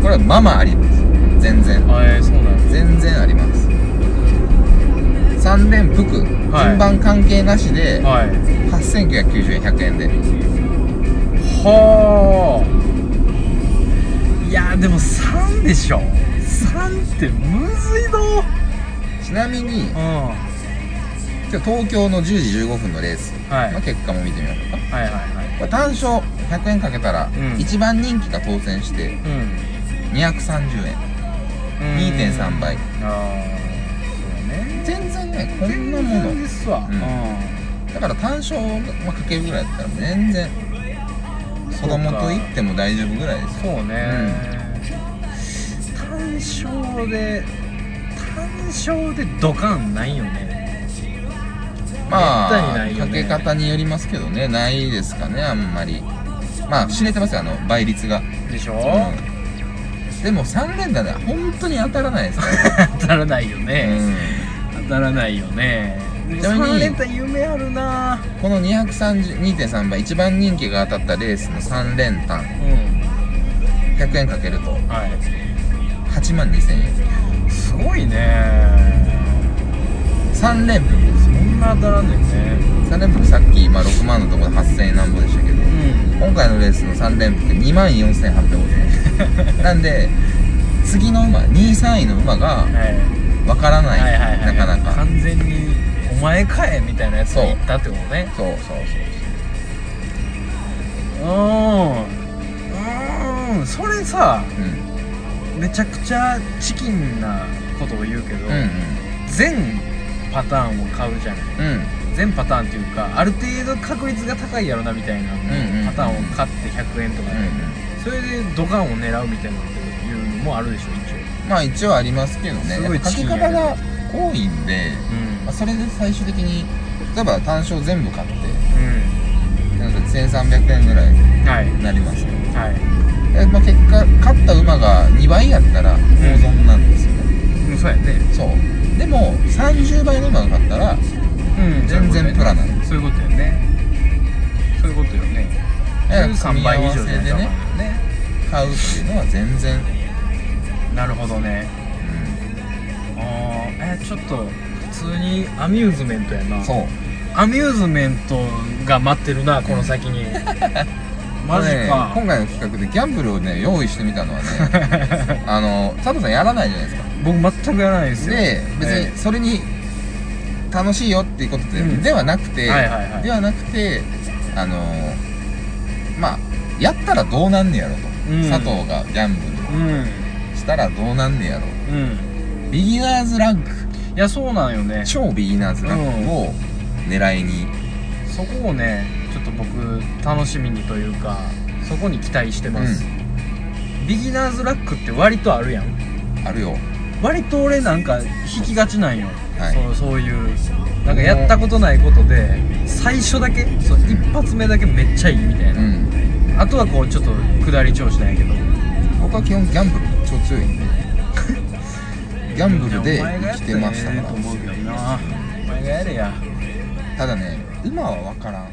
[SPEAKER 1] これはまあまああります全然
[SPEAKER 2] あえー、そうなんです
[SPEAKER 1] 全然あります3連服
[SPEAKER 2] はい
[SPEAKER 1] 順番関係なしで
[SPEAKER 2] はい
[SPEAKER 1] 8990円100円で
[SPEAKER 2] はあいやでも3でしょ3ってむずいぞ
[SPEAKER 1] ちなみに
[SPEAKER 2] うんは
[SPEAKER 1] 今日東京の10時15分のレース
[SPEAKER 2] いはい
[SPEAKER 1] の結果も見てみましょうか
[SPEAKER 2] はいはい
[SPEAKER 1] これ単勝100円かけたら
[SPEAKER 2] ん
[SPEAKER 1] 一番人気が当選して
[SPEAKER 2] うん
[SPEAKER 1] 230円
[SPEAKER 2] うん
[SPEAKER 1] 2.3倍
[SPEAKER 2] ああそうね
[SPEAKER 1] 全然ねこんなも
[SPEAKER 2] 全然
[SPEAKER 1] の
[SPEAKER 2] ですわ
[SPEAKER 1] うんだから単勝まあかけるぐらいだったら全然子供と行っても大丈夫ぐらいですよ
[SPEAKER 2] そうね、単勝で単勝でドカンないよね
[SPEAKER 1] ま
[SPEAKER 2] めったに
[SPEAKER 1] あ、
[SPEAKER 2] ないよ
[SPEAKER 1] かけ
[SPEAKER 2] ね
[SPEAKER 1] 方によりますけどねないですかねあんまりまあ知れてますよあの倍率が、
[SPEAKER 2] でしょ、
[SPEAKER 1] うんでも3連打では本当に当たらないですね、
[SPEAKER 2] 当たらないよね、
[SPEAKER 1] う
[SPEAKER 2] 当たらないよね
[SPEAKER 1] ちなみに、
[SPEAKER 2] 3連単夢あるなん
[SPEAKER 1] この232.3倍一番人気が当たったレースの3連単
[SPEAKER 2] うん
[SPEAKER 1] 100円かけると
[SPEAKER 2] はい
[SPEAKER 1] 8万2000円
[SPEAKER 2] すごいね
[SPEAKER 1] 3連分
[SPEAKER 2] そんな当たらんねんね
[SPEAKER 1] 3連分さっき今6万のところで8000円なんぼでしたけど
[SPEAKER 2] うん
[SPEAKER 1] 今回のレースの3連服2万4850円 なんで次の馬2位3位の馬が
[SPEAKER 2] はい
[SPEAKER 1] わからない,、
[SPEAKER 2] はいはいはい
[SPEAKER 1] なかなか
[SPEAKER 2] 完全にお前かえみたいなやつに行ったってことね
[SPEAKER 1] そうそうそう
[SPEAKER 2] うんうんそれさ
[SPEAKER 1] そううん
[SPEAKER 2] めちゃくちゃチキンなことを言うけど、
[SPEAKER 1] うん
[SPEAKER 2] 全パターンを買うじゃない
[SPEAKER 1] うん
[SPEAKER 2] 全パターンっていうかある程度確率が高いやろなみたいな、
[SPEAKER 1] んうん
[SPEAKER 2] パターンを買って100円とかで、
[SPEAKER 1] うん
[SPEAKER 2] それでドカンを狙うみたいなのっていうのもあるでしょ一応
[SPEAKER 1] うんまあ一応ありますけどね
[SPEAKER 2] すごい
[SPEAKER 1] やっぱ
[SPEAKER 2] チ
[SPEAKER 1] 書き
[SPEAKER 2] キンや
[SPEAKER 1] 方
[SPEAKER 2] けど
[SPEAKER 1] が多いんで、
[SPEAKER 2] うん
[SPEAKER 1] まあ、それで最終的に例えば単勝全部買ってなので1300円ぐらいに
[SPEAKER 2] うんはい
[SPEAKER 1] なりますね
[SPEAKER 2] はい
[SPEAKER 1] で、まあ、結果勝った馬が2倍やったら大損なんですよね、
[SPEAKER 2] うんそうやね
[SPEAKER 1] そうでも30倍の馬が勝ったら
[SPEAKER 2] うん
[SPEAKER 1] 全然プラなんで
[SPEAKER 2] そういうことやねそういうことよね13倍以上じゃない
[SPEAKER 1] で
[SPEAKER 2] とあかんよ
[SPEAKER 1] ね
[SPEAKER 2] ね
[SPEAKER 1] 買うっていうのは全然、
[SPEAKER 2] なるほどねあーえちょっと普通にアミューズメントやな
[SPEAKER 1] そう
[SPEAKER 2] アミューズメントが待ってるなこの先 にマジ
[SPEAKER 1] ね
[SPEAKER 2] か、
[SPEAKER 1] 今回の企画でギャンブルをね用意してみたのは ねあの佐藤さんやらないじゃないですか
[SPEAKER 2] 僕全くやらないですよ
[SPEAKER 1] で別
[SPEAKER 2] え
[SPEAKER 1] にそれに楽しいよっていうことで,、
[SPEAKER 2] うん
[SPEAKER 1] ではなくて、
[SPEAKER 2] はいはいはい
[SPEAKER 1] ではなくてあのまあやったらどうなんねやろと、
[SPEAKER 2] うん
[SPEAKER 1] 佐藤がギャンブ
[SPEAKER 2] えうん
[SPEAKER 1] ルしたらどうなんねやろ
[SPEAKER 2] うん
[SPEAKER 1] ビギナーズランク
[SPEAKER 2] いやそうなんよね
[SPEAKER 1] 超ビギナーズランクを狙いに、
[SPEAKER 2] そこをねちょっと僕楽しみにというかそこに期待してます、ビギナーズラックって割とあるやん
[SPEAKER 1] あるよ
[SPEAKER 2] 割と俺なんか引きがちなんよ、
[SPEAKER 1] はい
[SPEAKER 2] そうそういうなんかやったことないことで最初だけそう一発目だけめっちゃいいみたいな、
[SPEAKER 1] うん
[SPEAKER 2] あとはこうちょっと下り調子なんやけど
[SPEAKER 1] 僕は基本ギャンブル超強いんでギャンブルで生きてました
[SPEAKER 2] いやお
[SPEAKER 1] から
[SPEAKER 2] 前がやったらええと思うけどなお前がやれや
[SPEAKER 1] ただね今は分からん